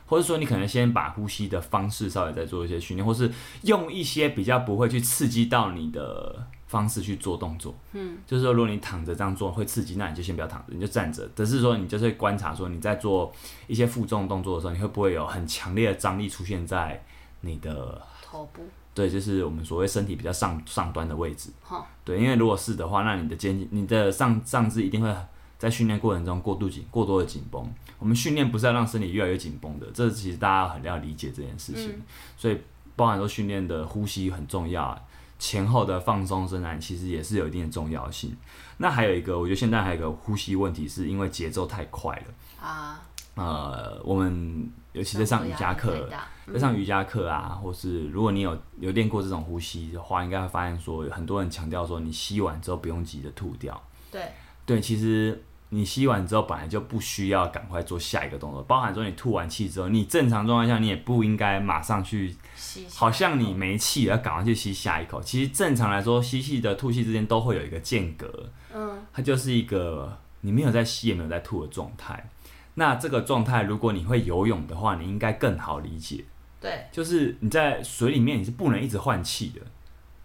A: 或者说，你可能先把呼吸的方式稍微再做一些训练，或是用一些比较不会去刺激到你的方式去做动作。嗯，就是说，如果你躺着这样做会刺激，那你就先不要躺着，你就站着。只是说，你就是观察说你在做一些负重动作的时候，你会不会有很强烈的张力出现在你的
B: 头部，
A: 对，就是我们所谓身体比较上上端的位置。
B: 哈，
A: 对，因为如果是的话，那你的肩颈、你的上上肢一定会在训练过程中过度紧、过多的紧绷。我们训练不是要让身体越来越紧绷的，这其实大家很要理解这件事
B: 嗯
A: 情。所以，包含说训练的呼吸很重要，前后的放松伸展其实也是有一定的重要性。那还有一个，我觉得现在还有一个呼吸问题，是因为节奏太快了。
B: 啊，
A: 呃，我们尤其在
B: 生
A: 上
B: 活
A: 瑜
B: 压
A: 伽
B: 力
A: 课
B: 太，大，
A: 在上瑜伽课啊，或是如果你有有练过这种呼吸的话，应该会发现说，有很多人强调说，你吸完之后不用急着吐掉。
B: 对，
A: 对，其实你吸完之后本来就不需要赶快做下一个动作，包含说你吐完气之后，你正常状况下你也不应该马上去，
B: 吸气
A: 好像你没气了，要赶快去吸下一口。其实正常来说，吸气的吐气之间都会有一个间隔，
B: 嗯，
A: 它就是一个你没有在吸也没有在吐的状态。那这个状态，如果你会游泳的话，你应该更好理解。
B: 对，
A: 就是你在水里面你是不能一直换气的，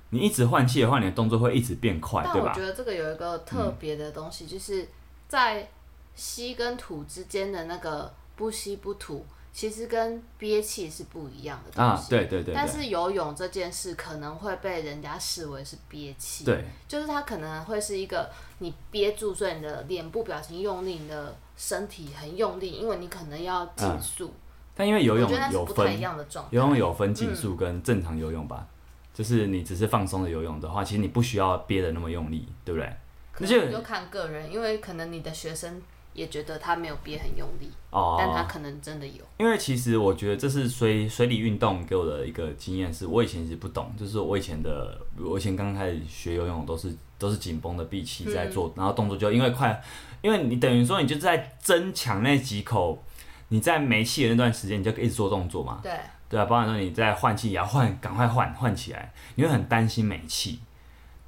A: 你一直换气的话，你的动作会一直变快，
B: 但
A: 对
B: 我
A: 吧嗯
B: 觉？得这个有一个特别的东西，就是在吸跟吐之间的那个不吸不吐，其实跟憋气是不一样的东
A: 啊，
B: 西。
A: 对对对
B: 但
A: 对，
B: 是游泳这件事可能会被人家视为是憋气，
A: 对
B: 就是它可能会是一个你憋住，所以你的脸部表情用力，你的身体很用力，因为你可能要紧速。
A: 但因为嗯游
B: 我
A: 泳
B: 觉得那是
A: 有
B: 不太一
A: 分，
B: 样的状态。
A: 游泳有分竞速跟正常游泳吧，就是你只是放松的游泳的话，其实你不需要憋得那么用力，对不对？
B: 可
A: 那
B: 能
A: 就
B: 就看个人，因为可能你的学生也觉得他没有憋很用力，
A: 哦，
B: 但他可能真的有。
A: 因为其实我觉得这是水水里运动给我的一个经验，是我以前是不懂，就是我以前的我以前刚开始学游泳都是都是紧绷的闭气在做，然后动作就因为快，因为你等于说你就在争抢那几口，你在没气的那段时间你就一直做动作嘛，
B: 对，
A: 对啊，包含说你在换气也要换，赶快换换起来，你会很担心没气。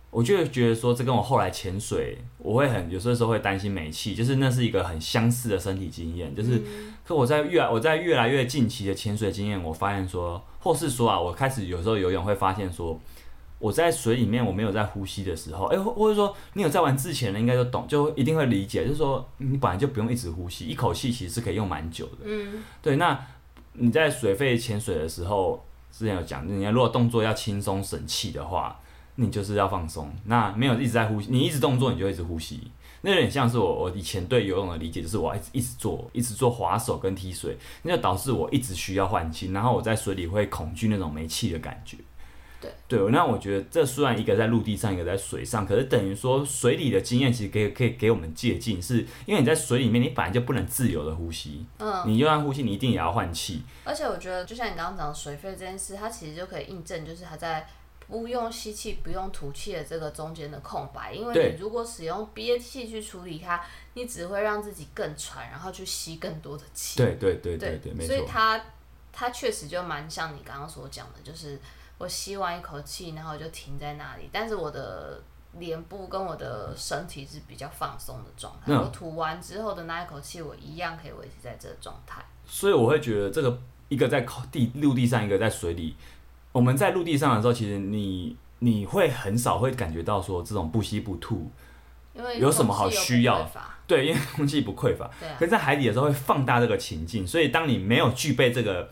A: 我就觉得说，这跟我后来潜水，我会很有时候时候会担心没气，就是那是一个很相似的身体经验。就是，可我在越来我在越来越近期的潜水经验，我发现说，或是说啊，我开始有时候游泳会发现说，我在水里面我没有在呼吸的时候，哎、或或者说你有在玩之前的，应该就懂，就一定会理解，就是说你本来就不用一直呼吸，一口气其实是可以用蛮久的。
B: 嗯，
A: 对，那你在水肺潜水的时候，之前有讲，你如果动作要轻松省气的话，你就是要放松。那没有一直在呼吸，你一直动作，你就一直呼吸。那有点像是我我以前对游泳的理解，就是我一直一直做，一直做划手跟踢水，那就导致我一直需要换气，然后我在水里会恐惧那种没气的感觉。
B: 对
A: 对，那我觉得这虽然一个在陆地上，一个在水上，可是等于说水里的经验其实可以可以给我们借鉴，是因为你在水里面你本来就不能自由的呼吸，
B: 嗯，
A: 你就算呼吸，你一定也要换气。
B: 而且我觉得，就像你刚刚讲的水费这件事，它其实就可以印证，就是它在不用吸气、不用吐气的这个中间的空白。因为
A: 对
B: 你如果使用憋气去处理它，你只会让自己更喘，然后去吸更多的气。
A: 对对对对对，没
B: 所以
A: 错。
B: 它它确实就蛮像你刚刚所讲的，就是我吸完一口气，然后我就停在那里，但是我的。脸部跟我的身体是比较放松的状态，
A: 嗯
B: 我吐完之后的那一口气，我一样可以维持在这个状态。
A: 所以我会觉得这个一个在靠地陆地上，一个在水里。我们在陆地上的时候，其实你你会很少会感觉到说这种不吸不吐，
B: 因为
A: 有什么
B: 空气
A: 好
B: 又不
A: 需要
B: 匮乏
A: 对，因为空气不匮乏。
B: 对啊
A: 可，是在海底的时候会放大这个情境，所以当你没有具备这个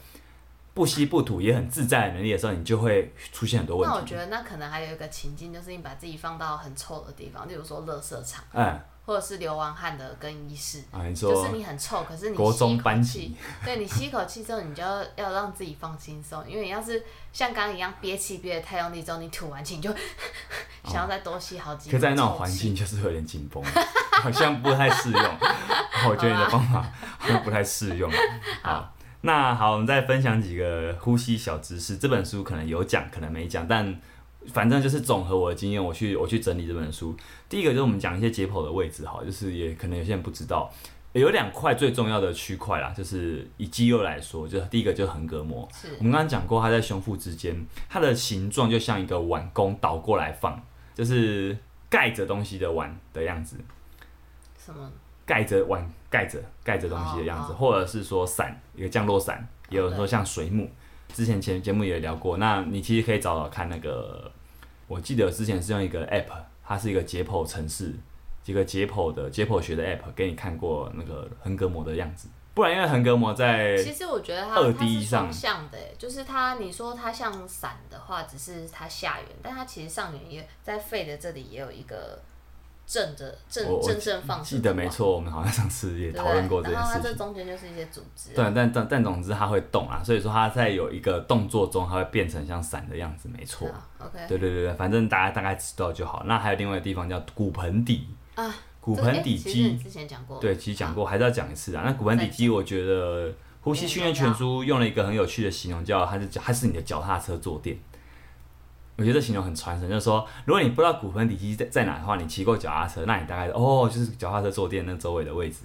A: 不吸不吐也很自在的能力的时候，你就会出现很多问
B: 那
A: 题。
B: 我觉得那可能还有一个情境，就是你把自己放到很臭的地方，例如说垃圾场，
A: 嗯
B: 或者是流完汗的更衣室，
A: 啊，你
B: 就是
A: 说
B: 你很臭，可是你
A: 国
B: 吸一
A: 中
B: 口
A: 班
B: 气
A: 级，
B: 对你吸一口气之后，你就要要让自己放轻松，因为你要是像刚刚一样憋气憋得太用力之后，你吐完气你就 想要再多吸好几口
A: 哦可
B: 臭气。
A: 在那种环境就是有点紧绷， 好像不太适用。 我觉得你的方法好像不太适用。好，那好，我们再分享几个呼吸小知识。这本书可能有讲，可能没讲，但反正就是总和我的经验，我去我去整理这本书。第一个就是我们讲一些解剖的位置，好，就是也可能有些人不知道。有两块最重要的区块啦，就是以肌肉来说，就第一个就是横膈膜，
B: 是
A: 我们刚刚讲过，它在胸腹之间，它的形状就像一个碗弓倒过来放，就是盖着东西的碗的样子，
B: 什么？
A: 盖着碗盖着盖着东西的样子，
B: 哦哦
A: 或者是说伞，一个降落伞，也有人说像水母。之前前节目也聊过，那你其实可以找找看那个，我记得之前是用一个 app，它是一个解剖城市，一个解剖的解剖学的 app，给你看过那个横膈膜的样子。不然因为横膈膜在
B: 其实我觉得它
A: 二 D
B: 它是
A: 上
B: 双向的欸，就是它你说它像伞的话，只是它下缘，但它其实上缘也在肺的这里也有一个正着正
A: 我我
B: 正正放射
A: 记得
B: 的
A: 没
B: 嘛，
A: 错，我们好像上次也
B: 对不
A: 讨论
B: 对
A: 过这件
B: 然后
A: 事
B: 它
A: 情。
B: 这中间就是一些组织啊，
A: 对，但但但总之它会动啊，所以说它在有一个动作中，它会变成像伞的样子，没错
B: 是。啊，OK，
A: 对对对对，反正大家大概知道就好。那还有另外一个地方叫骨盆底，
B: 啊，
A: 骨
B: 这
A: 盆
B: 诶
A: 底
B: 其实
A: 肌
B: 你，之前讲过，
A: 对，其实讲过，还是要讲一次啊。那骨盆底肌，我觉得《呼吸训练全书》用了一个很有趣的形容，叫它是它是你的脚踏车坐垫。我觉得这形容很传神，就是说，如果你不知道骨盆底肌在在哪的话，你骑过脚踏车，那你大概哦，就是脚踏车坐垫那周围的位置。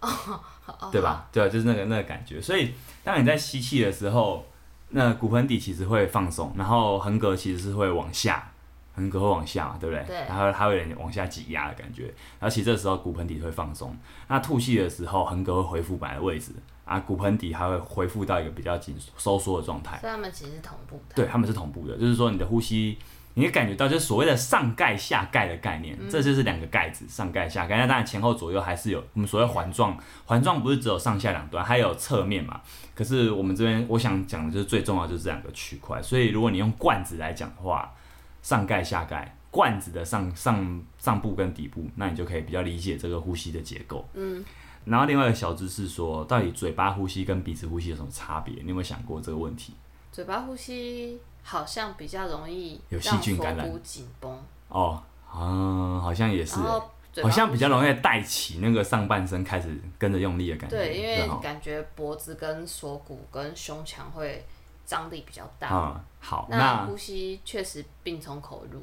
B: 好，哦
A: 对？吧？对啊，就是那个那个感觉。所以当你在吸气的时候，那骨盆底其实会放松，然后横膈其实是会往下，横膈会往下嘛，对不对？
B: 对
A: 然后它会有点往下挤压的感觉，然后其实这时候骨盆底会放松。那吐气的时候，横膈会恢复本来的位置，啊，骨盆底还会恢复到一个比较紧收缩的状态
B: 好。所以它们其实是同步的，
A: 对，他们是同步的，就是说你的呼吸，你会感觉到就是所谓的上盖下盖的概念，这就是两个盖子，上盖下盖。那当然前后左右还是有我们所谓环状，环状不是只有上下两端，还有侧面嘛。可是我们这边我想讲的就是最重要的就是这两个区块，所以如果你用罐子来讲的话，上盖下盖。罐子的上上上部跟底部，那你就可以比较理解这个呼吸的结构。
B: 嗯，
A: 然后另外一个小知识说，到底嘴巴呼吸跟鼻子呼吸有什么差别？你有没有想过这个问题？
B: 嘴巴呼吸好像比较容易
A: 有细
B: 让
A: 菌
B: 锁
A: 感染
B: 骨紧绷，
A: 哦，啊，好像也是
B: 然
A: 欸，
B: 后嘴
A: 好
B: 巴
A: 像比较容易带起那个上半身开始跟着用力的感觉。
B: 对，因为
A: 吼
B: 感觉脖子跟锁骨跟胸腔会张力比较大，
A: 嗯，好，
B: 那
A: 那
B: 呼吸确实病从口入，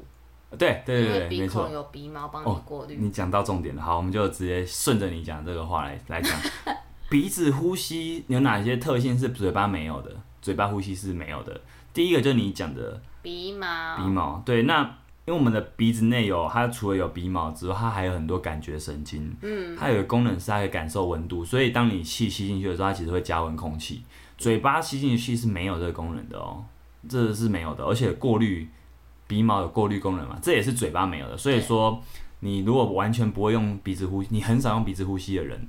A: 对对
B: 因
A: 对
B: 为
A: 对，
B: 鼻
A: 没错
B: 孔，有鼻毛帮
A: 哦
B: 你过滤。
A: 你讲到重点了。好，我们就直接顺着你讲这个话来来 讲，鼻子呼吸有哪些特性是嘴巴没有的？嘴巴呼吸是没有的。第一个就是你讲的
B: 鼻毛，
A: 鼻毛，对，那。因为我们的鼻子内有，它除了有鼻毛之外，它还有很多感觉神经。
B: 嗯，
A: 它有一个功能是它可以感受温度，所以当你气吸进去的时候，它其实会加温空气。嘴巴吸进去气是没有这个功能的哦，这是没有的，而且过滤鼻毛有过滤功能嘛，这也是嘴巴没有的。所以说，你如果完全不会用鼻子呼吸，你很少用鼻子呼吸的人，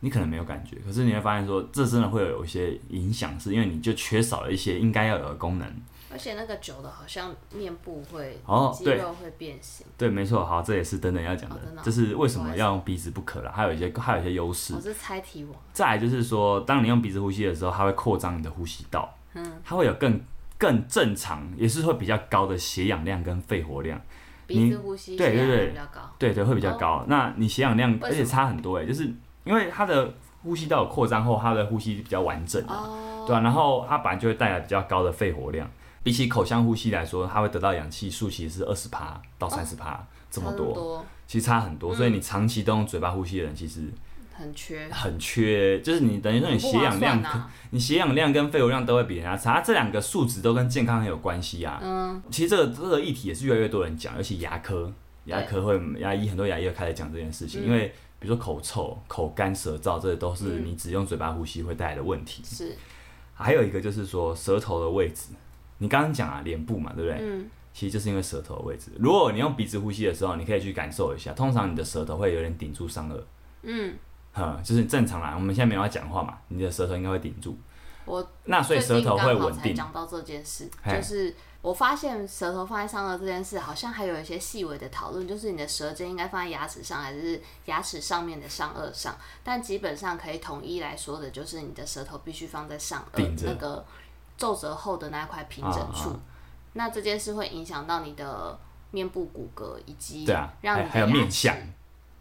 A: 你可能没有感觉。可是你会发现说，这真的会有一些影响，是因为你就缺少了一些应该要有的功能。
B: 而且那个久了好像面部会、
A: 哦
B: 肌
A: 对
B: 肉会变形。
A: 对，没错，好，这也是等等要讲的
B: 哦，真的哦
A: 这是为什么要用鼻子不可了，还有一些还有一些优势
B: 我。是猜题王，
A: 再来就是说，当你用鼻子呼吸的时候，它会扩张你的呼吸道，
B: 嗯，
A: 它会有更更正常，也是会比较高的血氧量跟肺活量。
B: 鼻子呼吸
A: 对
B: 血氧
A: 对
B: 量
A: 对
B: 比较高，
A: 对对，会比较高。那你血氧量
B: 哦为，什么
A: 而且差很多哎，就是因为它的呼吸道有扩张后，它的呼吸比较完整啊，
B: 哦，
A: 对啊，然后它本来就会带来比较高的肺活量。比起口腔呼吸来说，它会得到氧气数其实是二十趴到三十趴这么
B: 差
A: 多，
B: 不多，
A: 其实差很
B: 嗯
A: 多。所以你长期都用嘴巴呼吸的人，其实
B: 很缺，
A: 很缺，就是你等于说你血氧量
B: 很不划算啊
A: 你血氧量跟肺活量都会比人家差，这两个数值都跟健康很有关系啊。
B: 嗯，
A: 其实这个这个议题也是越来越多人讲，尤其牙科，
B: 对
A: 牙科会牙医很多牙医会开始讲这件事情，因为比如说口臭、口干舌燥，这都是
B: 嗯
A: 你只用嘴巴呼吸会带来的问题。
B: 是，
A: 还有一个就是说舌头的位置，你刚刚讲啊，脸部嘛，对不对？
B: 嗯，
A: 其实就是因为舌头的位置。如果你用鼻子呼吸的时候，你可以去感受一下，通常你的舌头会有点顶住上颚，
B: 嗯，
A: 哼，就是正常啦。我们现在没有要讲话嘛，你的舌头应该会顶住，
B: 我
A: 那所以舌头会
B: 最近刚好
A: 稳
B: 才
A: 定。
B: 讲到这件事，
A: 嘿
B: 就是我发现舌头放在上颚这件事，好像还有一些细微的讨论，就是你的舌尖应该放在牙齿上，还是牙齿上面的上颚上？但基本上可以统一来说的，就是你的舌头必须放在上
A: 顶
B: 颚
A: 着
B: 那个皱褶后的那一块平整处。
A: 啊
B: 那这件事会影响到你的面部骨骼，以及
A: 对啊，
B: 让你
A: 还
B: 的
A: 还有
B: 牙
A: 面
B: 齿
A: 相，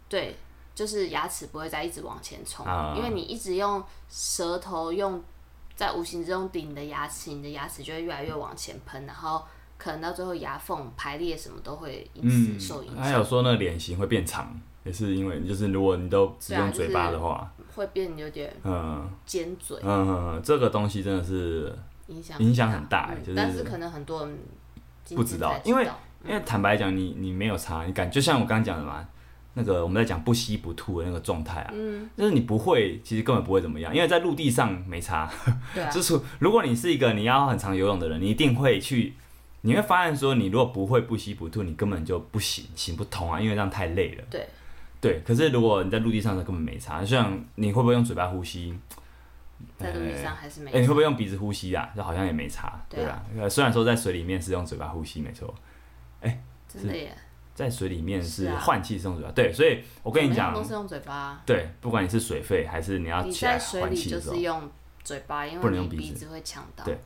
B: 对，就是牙齿不会再一直往前冲，
A: 啊
B: 因为你一直用舌头用在无形之中顶你的牙齿，你的牙齿就会越来越往前喷，然后可能到最后牙缝排列什么都会因此受影
A: 嗯还
B: 响，
A: 有说那个脸型会变长，也是因为就是如果你都只
B: 啊
A: 用嘴巴的话，
B: 会变有点
A: 嗯
B: 尖嘴，
A: 嗯嗯，这个东西真的是，
B: 影响
A: 影响很大
B: 嗯
A: 就是
B: 但是可能很多人今
A: 不
B: 天
A: 知道
B: 才
A: 因为因为坦白讲，你你没有差，你感就像我刚刚讲的嘛，那个我们在讲不吸不吐的那个状态啊，嗯，就是你不会，其实根本不会怎么样，因为在陆地上没差，
B: 对啊，
A: 就是如果你是一个你要很常游泳的人，你一定会去，你会发现说，你如果不会不吸不吐，你根本就不行，行不通啊，因为这样太累了。
B: 对，
A: 对，可是如果你在陆地上，根本没差。像你会不会用嘴巴呼吸？
B: 在陆地上还是没
A: 哎、你会不会用鼻子呼吸啊？就好像也没差，对
B: 对
A: 吧
B: 啊、
A: 呃虽然说在水里面是用嘴巴呼吸，没错，
B: 真的耶，
A: 在水里面是
B: 是啊
A: 换气是用嘴巴。对，所以我
B: 我
A: 跟你讲
B: 都，是用嘴巴啊，
A: 对，不管你是水肺还是你要
B: 你
A: 起
B: 在
A: 来
B: 水
A: 换
B: 里
A: 气
B: 就
A: 的时候
B: 是，用嘴巴，因
A: 不能
B: 为你
A: 用鼻
B: 鼻
A: 子
B: 子会呛到，
A: 对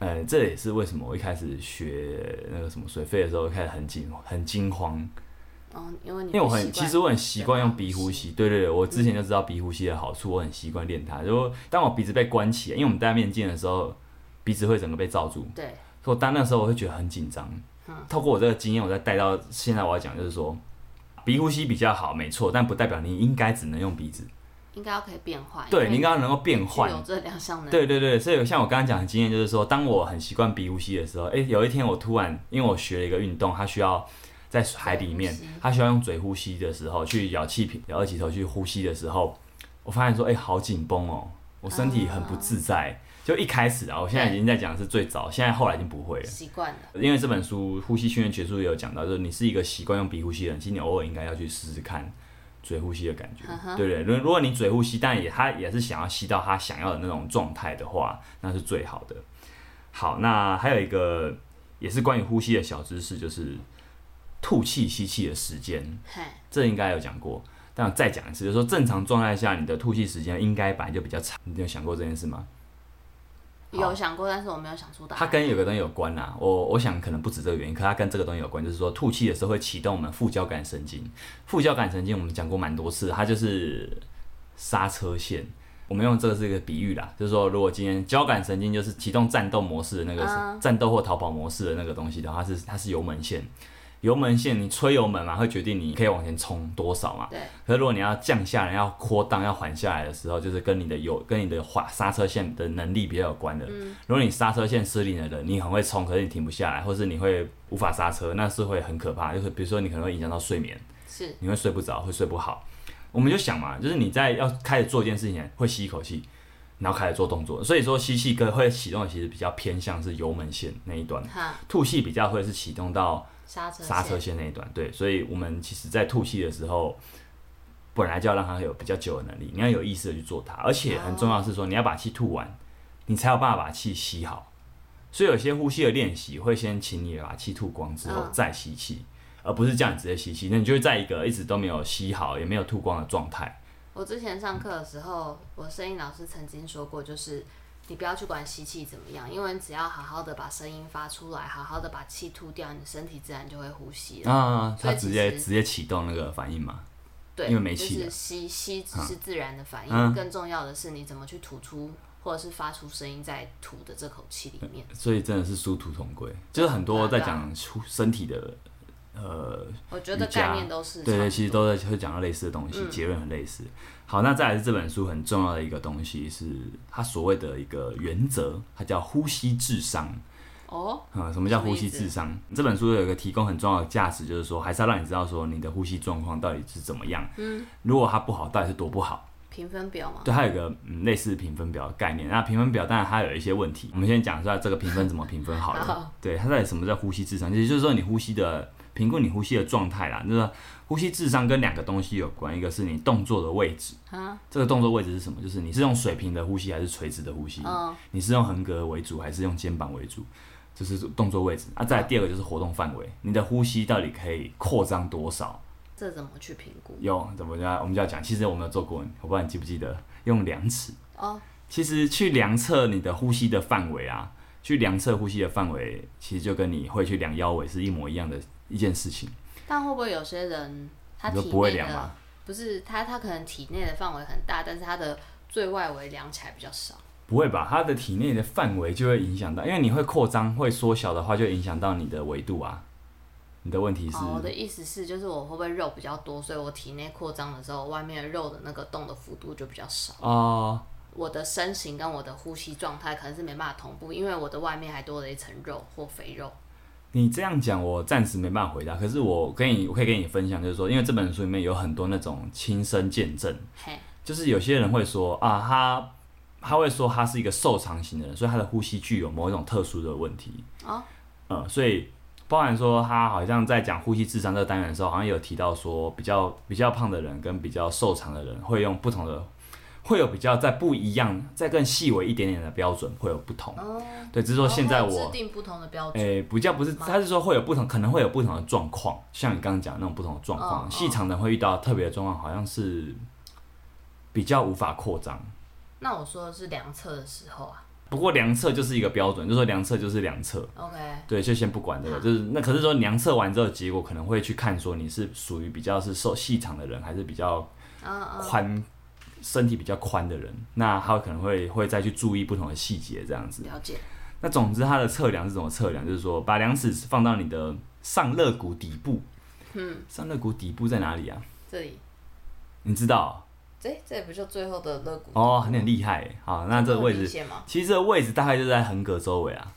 A: 呃，这也是为什么我一开始学那个什么水肺的时候开始很惊很惊慌，
B: 哦，因为你
A: 因为我
B: 不
A: 很
B: 习
A: 其
B: 惯
A: 实我很习惯用鼻呼
B: 呼
A: 吸，对对对，我之前就知道鼻呼吸的好处，我很习惯练它。如果当我鼻子被关起来，因为我们戴面镜的时候，鼻子会整个被罩住，
B: 对，
A: 所以我当那时候我会觉得很紧张。透过我这个经验，我再带到现在，我要讲就是说，鼻呼吸比较好，没错，但不代表你应该只能用鼻子，
B: 应该要可以变换。
A: 对，你应
B: 啊应该
A: 该能够变换。
B: 有这两项能力。
A: 对对对，所以像我刚刚讲的经验，就是说，当我很习惯鼻呼吸的时候，诶，有一天我突然，因为我学了一个运动，它需要在海里面
B: 嘴呼吸，
A: 它需要用嘴呼吸的时候，去咬气瓶、咬二级头去呼吸的时候，我发现说，诶，好紧绷哦，我身体很不
B: 啊
A: 自在。就一开始啊，我现在已经在讲的是最早，现在后来已经不会了。
B: 习惯了，
A: 因为这本书《呼吸训练学术》也有讲到，就是你是一个习惯用鼻呼吸的人，其实你偶尔应该要去试试看嘴呼吸的感觉，
B: 嗯哼
A: 对不对？如如果你嘴呼吸，但也他也是想要吸到他想要的那种状态的话，那是最好的。好，那还有一个也是关于呼吸的小知识，就是吐气吸气的时间，
B: 嘿，
A: 这应该有讲过。但我再讲一次，就是说正常状态下，你的吐气时间应该本来就比较长。你有想过这件事吗？好
B: 有想过，但是我没有想出答案。
A: 它跟有个东西有关啦、我我想可能不止这个原因，可它跟这个东西有关，就是说吐气的时候会启动我们副交感神经。副交感神经我们讲过蛮多次，它就是刹车线。我们用这个是一个比喻啦，就是说如果今天交感神经就是启动战斗模式的那个、
B: 嗯
A: 战斗或逃跑模式的那个东西的话，它是它是油门线。油门线，你吹油门嘛，会决定你可以往前冲多少嘛。
B: 对，
A: 可是如果你要降下来、要扩档、要缓下来的时候，就是跟你的油、跟你的滑刹车线的能力比较有关的。如果你刹车线失灵了的，你很会冲，可是你停不下来，或是你会无法刹车，那是会很可怕。就是比如说你可能会影响到睡眠，
B: 是
A: 你会睡不着，会睡不好。我们就想嘛，就是你在要开始做一件事情前，会吸一口气，然后开始做动作。所以说吸气跟会启动，其实比较偏向是油门线那一端，
B: 哈，
A: 吐气比较会是启动到
B: 刹车
A: 嗯刹车
B: 线
A: 线那一段，对，所以我们其实在吐气的时候，本来就要让它有比较久的能力，你要有意识的去做它，而且很重要的
B: 哦
A: 是说，你要把气吐完，你才有办法把气吸好。所以有些呼吸的练习会先请你把气吐光之后
B: 嗯
A: 再吸气，而不是这样直接吸气，那你就会在一个一直都没有吸好也没有吐光的状态。
B: 我之前上课的时候，我声音老师曾经说过，就是你不要去管吸气怎么样，因为你只要好好的把声音发出来，好好的把气吐掉，你身体自然就会呼吸了。
A: 啊，
B: 所
A: 它
B: 以
A: 直
B: 其
A: 接
B: 实
A: 直接启动那个反应嘛。
B: 对，
A: 因为没气
B: 就
A: 了
B: 是吸吸是自然的反应，
A: 嗯
B: 更重要的是你怎么去吐出或者是发出声音在吐的这口气里面。
A: 所以真的是殊途同归，就是很多
B: 啊
A: 在讲出身体的，呃，
B: 我觉得
A: 瑜伽
B: 概念都是
A: 对
B: 差
A: 对，
B: 不
A: 其实
B: 多
A: 都在会讲到类似的东西，结论很类似。好，那再来是这本书很重要的一个东西是它所谓的一个原则，它叫呼吸智商。
B: 哦，
A: 啊、什么叫呼吸
B: 什么
A: 智
B: 意
A: 商？这本书有一个提供很重要的价值，就是说还是要让你知道说你的呼吸状况到底是怎么样。嗯，如果它不好，到底是多不好？
B: 评分表嘛，
A: 对，它有一个嗯类似评分表的概念。那评分表当然它有一些问题，我们先讲一下这个评分怎么评分好了。
B: 好
A: 对，它到底什么叫呼吸智商？其实就是说你呼吸的评估你呼吸的状态啦。就是说呼吸智商跟两个东西有关，一个是你动作的位置，
B: 啊，
A: 这个动作位置是什么？就是你是用水平的呼吸还是垂直的呼吸？
B: 嗯，
A: 你是用横膈为主还是用肩膀为主？就是动作位置啊，再来第二个就是活动范围，你的呼吸到底可以扩张多少？
B: 这怎么去评估？
A: 用怎么叫我们就要讲，其实我们有做过，我不知道你记不记得，用量尺。
B: 哦，
A: 其实去量测你的呼吸的范围啊，去量测呼吸的范围，其实就跟你会去量腰围是一模一样的一件事情。
B: 但会不会有些人他
A: 你说
B: 体
A: 不会
B: 内
A: 量
B: 的
A: 吗
B: 不是他，他可能体内的范围很大，但是他的最外围量起来比较少。
A: 不会吧？它的体内的范围就会影响到，因为你会扩张、会缩小的话，就会影响到你的维度啊。你的问题是，
B: 哦，我的意思是，就是我会不会肉比较多，所以我体内扩张的时候，外面的肉的那个动的幅度就比较少。
A: 哦
B: 我的身形跟我的呼吸状态可能是没办法同步，因为我的外面还多了一层肉或肥肉。
A: 你这样讲，我暂时没办法回答。可是我跟你，我可以跟你分享，就是说，因为这本书里面有很多那种亲身见证。
B: 嘿，
A: 就是有些人会说啊，他他会说他是一个瘦长型的人，所以他的呼吸具有某一种特殊的问题。
B: 哦，
A: 呃，所以包含说他好像在讲呼吸智商这个单元的时候，好像有提到说比较比较胖的人跟比较瘦长的人会用不同的，会有比较在不一样，在更细微一点点的标准会有不同。
B: 哦，
A: 对，只是说现在
B: 然后
A: 我
B: 会制定不同的标准。
A: 诶、不哎叫不是，他是说会有不同，可能会有不同的状况，像你刚刚讲的那种不同的状
B: 嗯
A: 况，
B: 嗯
A: 细长的会遇到特别的状况，好像是比较无法扩张。
B: 那我说的是量测的时候啊。
A: 不过量测就是一个标准，就说量测就是量测，
B: OK，
A: 对，就先不管这个，
B: 好
A: 就是那可是说量测完之后，结果可能会去看说你是属于比较是瘦细长的人，还是比较
B: 嗯嗯，
A: 宽，身体比较宽的人，那他可能会会再去注意不同的细节这样子。
B: 了解。
A: 那总之，它的测量是怎么测量？就是说，把量尺放到你的上肋骨底部。嗯，上肋骨底部在哪里啊？
B: 这里，
A: 你知道
B: 这这不就最后的肋骨？
A: 哦，你很厉害耶。好，那这个位置，
B: 线吗？
A: 其实这个位置大概就在横膈周围啊，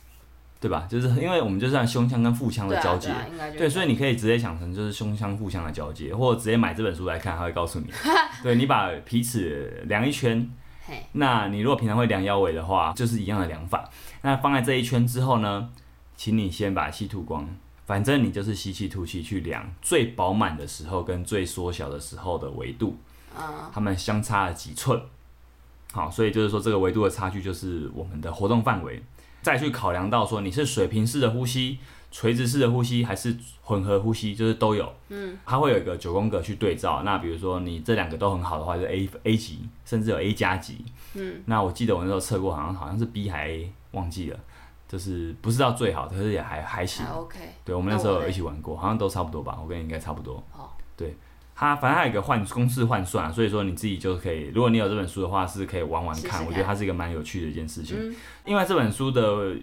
A: 对吧？就是因为我们就算胸腔跟腹腔
B: 对
A: 的
B: 啊，
A: 交界。
B: 对啊应该就
A: 对，
B: 是
A: 所以你可以直接想成就是胸腔、腹腔的交界，或者直接买这本书来看，它会告诉你。 对你把皮尺量一圈，
B: 嘿，
A: 那你如果平常会量腰围的话，就是一样的量法。那放在这一圈之后呢，请你先把气吐光，反正你就是吸气、吐气去量最饱满的时候跟最缩小的时候的维度，
B: 嗯，
A: 它们相差了几寸。好，所以就是说这个维度的差距就是我们的活动范围，再去考量到说你是水平式的呼吸、垂直式的呼吸还是混合呼吸，就是都有。嗯，它会有一个九宫格去对照。那比如说你这两个都很好的话，就是 A A 级，甚至有 A 加级。那我记得我那时候测过，好像好像是 B 还 A，忘记了，就是不是到最好，可是也还还行
B: 还。OK。
A: 对，我们那时
B: 那
A: 候
B: 我
A: 有
B: 嘞
A: 一起玩过，好像都差不多吧，我跟你应该差不多。
B: 哦，
A: 它反正它有一个换公式换算、啊，所以说你自己就可以，如果你有这本书的话，是可以玩玩看。
B: 试试看
A: 我觉得它是一个蛮有趣的一件事情。
B: 嗯
A: 另外这本书的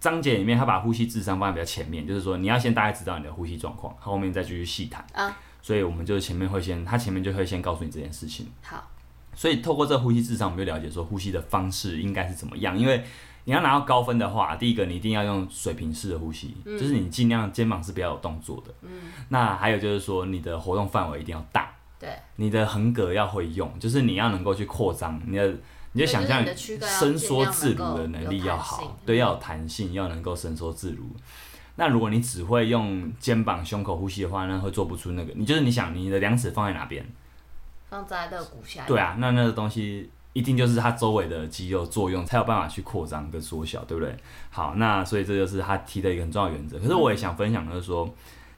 A: 章节里面，它把呼吸智商放在比较前面，就是说你要先大概知道你的呼吸状况，后面再继续细谈。
B: 啊，
A: 所以我们就是前面会先，它前面就会先告诉你这件事情。
B: 好，
A: 所以透过这呼吸智商，我们就了解说呼吸的方式应该是怎么样。因为你要拿到高分的话，第一个你一定要用水平式的呼吸，
B: 嗯
A: 就是你尽量肩膀是不要有动作的。嗯。那还有就是说，你的活动范围一定要大，
B: 对，
A: 你的横膈要会用，就是你要能够去扩张你的。你就想象
B: 对就是你的躯干要
A: 伸缩自如的
B: 尽量能
A: 能
B: 够
A: 力要
B: 有弹
A: 好
B: 性，
A: 对，要有弹性，要能够伸缩自如。那如果你只会用肩膀、胸口呼吸的话，那会做不出那个。你就是你想你的两指放在哪边，
B: 放在肋骨下。
A: 对，啊，那那个东西一定就是它周围的肌肉作用才有办法去扩张跟缩小，对不对？好，那所以这就是他提的一个很重要的原则。可是我也想分享的是说，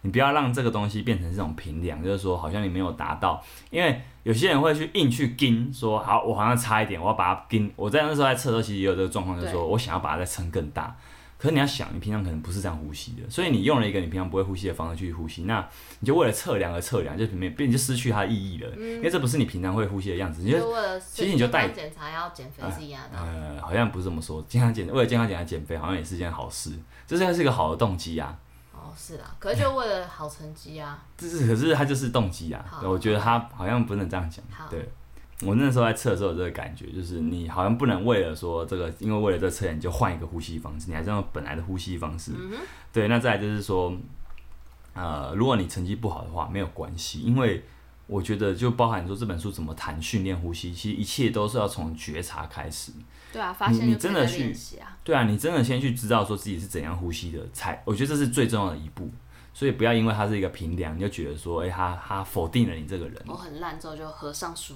A: 你不要让这个东西变成这种评量，就是说好像你没有达到，因为有些人会去硬去盯，说好我好像差一点，我要把它盯。我在那时候在测的时候，其实也有这个状况，就是说我想要把它再撑更大。可是你要想，你平常可能不是这样呼吸的，所以你用了一个你平常不会呼吸的方式去呼吸，那你就为了测量而测量，就没变就失去它的意义了，因为这不是你平常会呼吸的样子，你就
B: 就为了
A: 其实你就带
B: 健康检查要减肥啊是一样的，
A: 呃，好像不是这么说，健康减为了健康检查减肥，好像也是件好事，这是是一个好的动机啊。
B: 哦是啦，可是就为了好成绩啊，
A: 这是可是它就是动机啊，
B: 好
A: 对我觉得他好像不能这样讲
B: 好。
A: 对，我那时候在测的时候有这个感觉，就是你好像不能为了说这个，因为为了这个测验你就换一个呼吸方式，你还是用本来的呼吸方式。对，那再来就是说，呃，如果你成绩不好的话，没有关系，因为。我觉得就包含说这本书怎么谈训练呼吸，其实一切都是要从觉察开始。
B: 对啊，发现
A: 你
B: 就可以
A: 真的
B: 再
A: 去
B: 练习啊，
A: 对啊，你真的先去知道说自己是怎样呼吸的，才我觉得这是最重要的一步。所以不要因为它是一个平量，你就觉得说，哎、他他否定了你这个人。
B: 我很烂之后就合上书，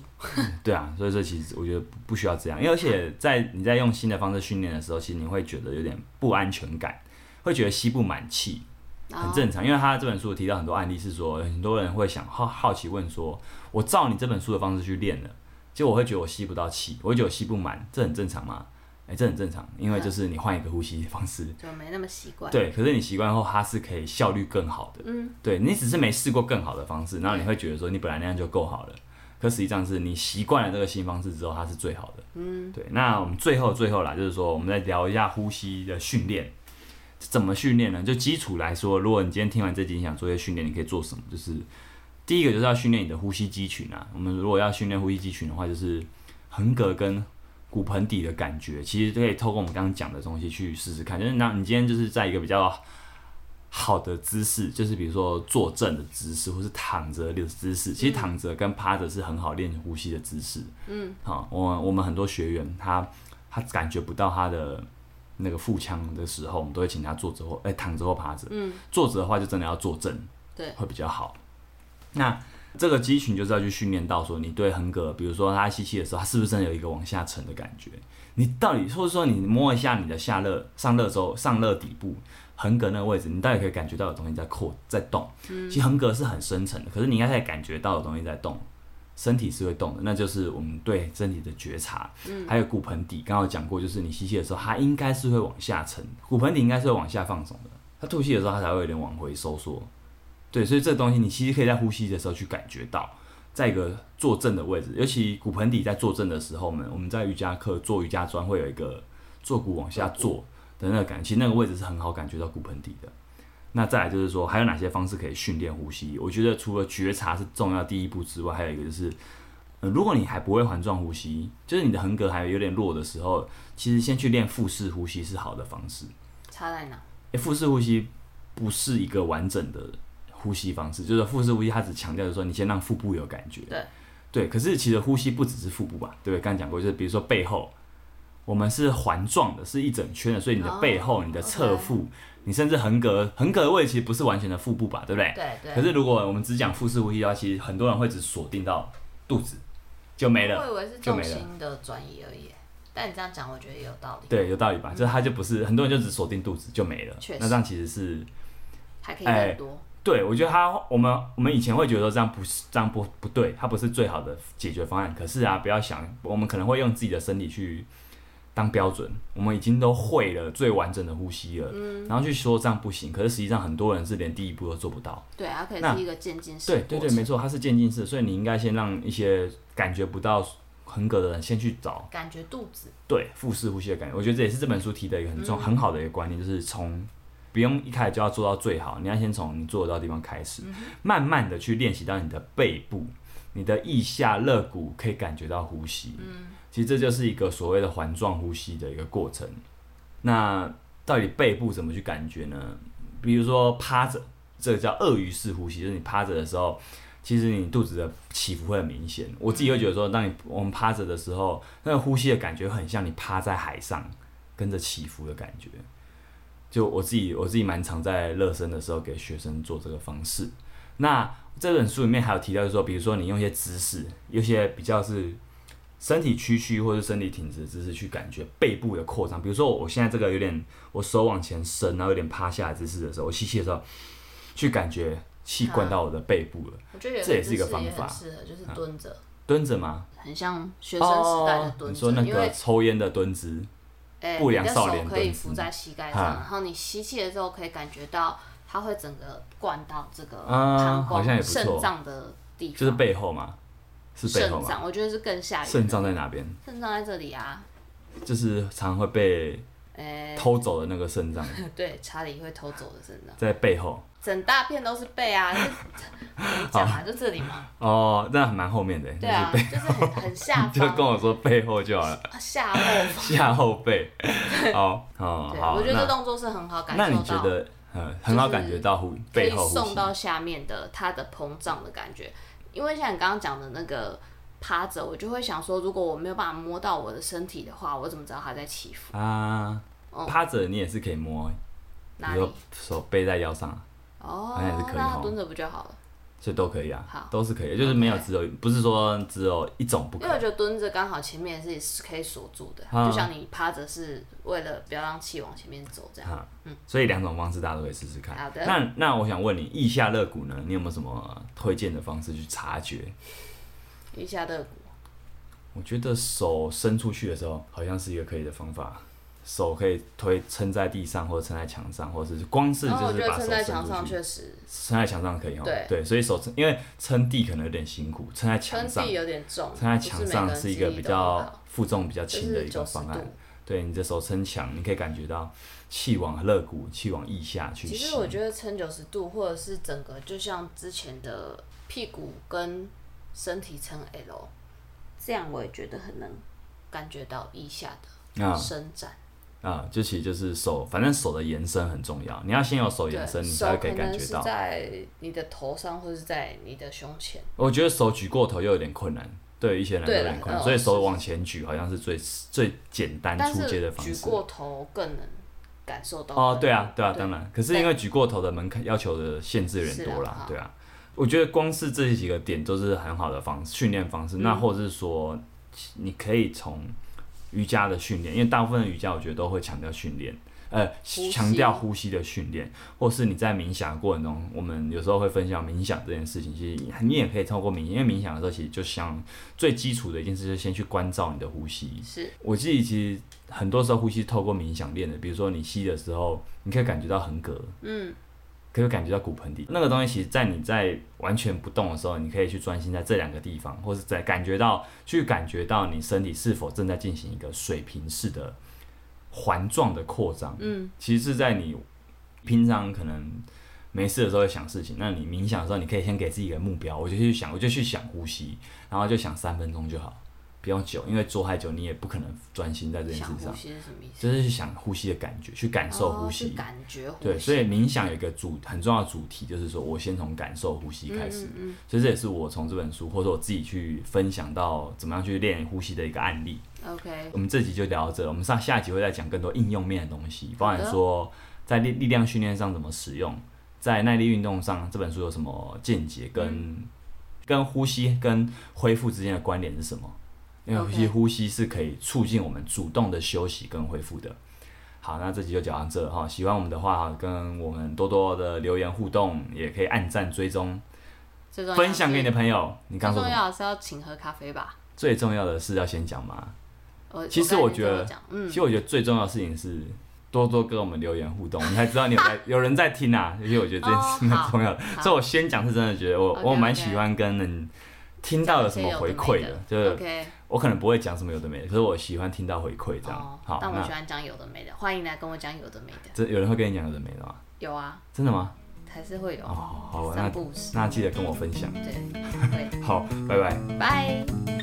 A: 对啊，所以说其实我觉得不不需要这样，因为而且在你在用新的方式训练的时候，其实你会觉得有点不安全感，会觉得吸不满气，
B: 然
A: 很
B: 后
A: 正常。因为他这本书有提到很多案例是说，很多人会想好好奇问说，我照你这本书的方式去练了，结果我会觉得我吸不到气，我会觉得我吸不满，这很正常吗？哎、这很正常，因为就是你换一个呼吸方式，
B: 就没那么习惯，
A: 对，可是你习惯后，它是可以效率更好的。
B: 嗯，
A: 对你只是没试过更好的方式，然后你会觉得说你本来那样就够好了，可实际上是你习惯了这个新方式之后，它是最好的。嗯，对。那我们最后最后啦，就是说我们再聊一下呼吸的训练，怎么训练呢？就基础来说，如果你今天听完这集，你想做一些训练，你可以做什么？就是第一个就是要训练你的呼吸肌群啊。我们如果要训练呼吸肌群的话，就是横膈跟骨盆底的感觉，其实可以透过我们刚刚讲的东西去试试看。就是那你今天就是在一个比较好的姿势，就是比如说坐正的姿势，或是躺着的姿势。其实躺着跟趴着是很好练呼吸的姿势。嗯，好，我我们很多学员他他感觉不到他的。那个腹腔的时候，我们都会请他坐着或哎、躺着或趴着。嗯，坐着的话就真的要坐正，
B: 对
A: 会比较好。那这个肌群就是要去训练到说，你对横膈，比如说他吸气的时候，他是不是真的有一个往下沉的感觉？你到底或者说你摸一下你的下颚、上颚周、上颚底部横膈那个位置，你到底可以感觉到有东西在扩在动。其实横膈是很深层的，可是你应该可以感觉到有东西在动。身体是会动的，那就是我们对身体的觉察，还有骨盆底。刚刚有讲过，就是你吸气的时候，它应该是会往下沉，骨盆底应该是会往下放松的。它吐气的时候，它才会有点往回收缩。对，所以这个东西你其实可以在呼吸的时候去感觉到，在一个坐正的位置，尤其骨盆底在坐正的时候呢，我们在瑜伽课做瑜伽砖会有一个坐骨往下坐的那个感觉，其实那个位置是很好感觉到骨盆底的。那再来就是说，还有哪些方式可以训练呼吸？我觉得除了觉察是重要第一步之外，还有一个就是，呃，如果你还不会环状呼吸，就是你的横膈还有点弱的时候，其实先去练腹式呼吸是好的方式。
B: 差在哪？
A: 欸，腹式呼吸不是一个完整的呼吸方式，就是腹式呼吸，它只强调就是说你先让腹部有感觉。
B: 对。
A: 对，可是其实呼吸不只是腹部吧？对不对？刚刚讲过，就是比如说背后，我们是环状的，是一整圈的，所以你的背后、
B: 哦
A: 你的
B: OK
A: 侧腹、你甚至横膈、横膈的位置其实不是完全的腹部吧？对不对？
B: 对对，
A: 哎可是如果我们只讲腹式呼吸的话，其实很多人会只锁定到肚子，就没了。
B: 我以为是
A: 就
B: 重
A: 没了
B: 心的转移而已，但你这样讲，我觉得也有道理，
A: 对，有道理吧？就是他就不是很多人就只锁定肚子就没了
B: 确，
A: 那这样其实是
B: 还可以
A: 哎
B: 更多，
A: 对，我觉得他我们我们以前会觉得说这样不是这样不不对，它不是最好的解决方案。可是啊，不要想，我们可能会用自己的身体去当标准，我们已经都会了最完整的呼吸了，然后去说这样不行。可是实际上很多人是连第一步都做不到。
B: 对，它可以
A: 那
B: 是一个渐进式
A: 对
B: 的
A: 对
B: 过
A: 对，
B: 程
A: 没错，它是渐进式，所以你应该先让一些感觉不到横膈的人先去找
B: 感觉肚子
A: 对腹式呼吸的感觉，我觉得这也是这本书提的一个很重、很好的一个观念，就是从不用一开始就要做到最好，你要先从你做得到的地方开始，慢慢的去练习到你的背部、你的腋下肋骨可以感觉到呼吸。嗯，其实这就是一个所谓的环状呼吸的一个过程。那到底背部怎么去感觉呢？比如说趴着，这个叫鳄鱼式呼吸，就是你趴着的时候，其实你肚子的起伏会很明显。我自己会觉得说，当你我们趴着的时候，那个呼吸的感觉很像你趴在海上，跟着起伏的感觉。就我自己，我自己蛮常在热身的时候给学生做这个方式。那这本书里面还有提到，就是说，比如说你用一些姿势，有些比较是身体屈曲或是身体挺直的姿势去感觉背部的扩张。比如说我现在这个有点，我手往前伸，然后有点趴下的姿势的时候，我吸气的时候，去感觉气灌到我的背部了。
B: 我觉得有
A: 这也
B: 姿
A: 是一个
B: 势
A: 方
B: 也很
A: 法嗯
B: 适合，就是蹲着，
A: 蹲着吗？
B: 很像学生时代的
A: 哦
B: 蹲
A: 你
B: 着，
A: 说那
B: 因为
A: 个抽烟的蹲姿，
B: 哎，
A: 不
B: 你
A: 良
B: 的
A: 少
B: 手
A: 年
B: 可以
A: 蹲
B: 扶
A: 姿
B: 在膝盖
A: 哈
B: 上，然后你吸气的时候可以感觉到它会整个灌到这个
A: 啊
B: 膀
A: 好像也
B: 胱、
A: 不错
B: 肾脏的地方，
A: 就是背后嘛，是背后
B: 肾
A: 嘛？
B: 脏，我觉得是更下
A: 肾
B: 缘，
A: 脏在哪边？
B: 肾脏在这里啊，
A: 就是常常会被
B: 哎，
A: 偷走的那个 肾脏，
B: 对，查理会偷走的肾脏，
A: 在背后。
B: 整大片都是背 啊，就怎么讲啊，就这里嘛，
A: 哦，那蛮后面的，
B: 对啊，就是很很 下
A: 就是
B: 方
A: 跟我说背后就 好了，
B: 下后方。
A: 下后背。好，哦，
B: 对，
A: 好，
B: 我觉得这
A: 那
B: 动作是很好感受
A: 那
B: 到，
A: 你觉得，呃，很好感觉到呼
B: 可以
A: 背后呼
B: 送
A: 吸，
B: 到下面的它的膨胀的感觉，因为像你刚刚讲的那个趴着，我就会想说，如果我没有办法摸到我的身体的话，我怎么知道它在起伏？
A: 啊
B: 嗯，
A: 趴着你也是可以摸，比
B: 哪
A: 如说
B: 里？
A: 手背在腰上，
B: 哦，
A: 那也是可以
B: 那
A: 哦
B: 蹲着不就好了？
A: 所以都可以
B: 好
A: 啊，都是可以，就是没有只有不是说只有一种不
B: 因
A: 可
B: 为我觉得蹲着刚好前面是是可以锁住的，
A: 嗯
B: 就像你趴着是为了不要让气往前面走这样。
A: 啊，所以两种方式大家都可以试试看。
B: 好的
A: 那那我想问你，腋下肋骨呢，你有没有什么推荐的方式去察觉？
B: 一下的骨，
A: 我觉得手伸出去的时候，好像是一个可以的方法。手可以推撑在地上，或者撑在墙上，或者是光是
B: 然后
A: 就
B: 我
A: 是
B: 觉得
A: 把手
B: 撑
A: 伸
B: 哦在
A: 出
B: 墙上
A: 去，
B: 确实
A: 撑在墙上可以哦。
B: 对
A: 所以手撑，因为撑地可能有点辛苦，撑在墙
B: 撑
A: 上，
B: 地
A: 撑
B: 有点重，
A: 在墙上是一个比较负重比较
B: 不是
A: 轻
B: 每个
A: 的
B: 人
A: 一
B: 记忆都
A: 个
B: 很
A: 方
B: 好
A: 案
B: 就是九十。度。
A: 对，你的手撑墙，你可以感觉到气往肋骨、气往腋下去
B: 其
A: 吸。
B: 实我觉得撑九十度，或者是整个，就像之前的屁股跟身体撑 L，这样我也觉得很能感觉到腋下
A: 啊
B: 的伸展。
A: 啊、就其实就是手，反正手的延伸很重要。你要先有手
B: 对
A: 延伸，，你才
B: 手
A: 会可以
B: 能
A: 感觉
B: 是
A: 到。
B: 在你的头上，或是在你的胸前。
A: 我觉得手举过头又有点困难，对于一些人来说
B: 对
A: 有
B: 啦
A: 点困难，
B: 嗯
A: 所以
B: 是
A: 手
B: 是
A: 往前举好像是最最简单
B: 但
A: 出街
B: 是
A: 的方
B: 举
A: 式。
B: 过头更能感受到
A: 哦，
B: 的
A: 对啊，对啊，
B: 对
A: 当然。可是因为举过头的门槛要求的限制有点多
B: 是啊
A: 啦
B: 好，
A: 对啊。我觉得光是这几个点都是很好的方式训练方式，
B: 嗯
A: 那或者是说你可以从瑜伽的训练，因为大部分的瑜伽我觉得都会强调训练，呃，
B: 吸
A: 强调呼吸的训练，或是你在冥想的过程中，我们有时候会分享冥想这件事情，其实你也可以透过冥，因为冥想的时候其实就像最基础的一件事，就是先去关照你的呼吸，
B: 是
A: 我自己其实很多时候呼吸透过冥想练的，比如说你吸的时候，你可以感觉到横膈，嗯，可以感觉到骨盆底那个东西，其实在你在完全不动的时候，你可以去专心在这两个地方，或是在感觉到去感觉到你身体是否正在进行一个水平式的环状的扩张，嗯，其实是在你平常可能没事的时候会想事情，那你冥想的时候，你可以先给自己一个目标，我就去想，我就去想呼吸，然后就想三分钟就好，不用久，因为做太久你也不可能专心在这件事
B: 想呼
A: 上，
B: 吸是什么意思？
A: 就是去想呼吸的感觉，去感受呼
B: 哦
A: 吸。
B: 是感觉呼吸。
A: 对，所以冥想有一个主很重要的主题，就是说我先从感受呼吸开
B: 嗯
A: 始，所以这也是我从这本书或者我自己去分享到怎么样去练呼吸的一个案例。
B: 嗯 OK，
A: 我们这集就聊到这，我们上下一集会再讲更多应用面的东西，包
B: 好
A: 含
B: 的
A: 说在力力量训练上怎么使用，在耐力运动上这本书有什么见解，跟、跟呼吸跟恢复之间的关联是什么？因为
B: OK
A: 其实呼吸是可以促进我们主动的休息跟恢复的。好，那这集就讲到这哈。喜欢我们的话，跟我们多多的留言互动，也可以按赞追踪，
B: 最重要
A: 分享给你的
B: 是
A: 朋友。你刚刚
B: 最
A: 说
B: 重
A: 什么？
B: 要的是要请喝咖啡吧。
A: 最重要的是要先讲吗？
B: 我
A: 其实
B: 我
A: 我
B: 刚才
A: 觉
B: 就这
A: 得
B: 么讲嗯
A: 其，实我觉得最重要的事情是多多跟我们留言互动，我们才知道你有 在有人在听啊。而且我觉得这件 事情
B: 哦
A: 很重要的，
B: 好
A: 所以我先讲是真的觉得我
B: OK，
A: 我蛮
B: OK
A: 喜欢跟人听到有什么回馈的，就
B: 讲一些有的没的
A: 是
B: OK，
A: 我可能不会讲什么有的没的，可是我喜欢听到回馈这样。
B: 哦，
A: 好，
B: 但我喜
A: 那
B: 欢讲有的没的，欢迎来跟我讲有的没的，
A: 这有人会跟你讲有的没的吗？
B: 有啊，
A: 真的吗？
B: 还是会有，
A: 哦，好，
B: 三
A: 那
B: 不五时，
A: 那记得跟我分享。
B: 对，会，
A: 好，拜拜。
B: 拜。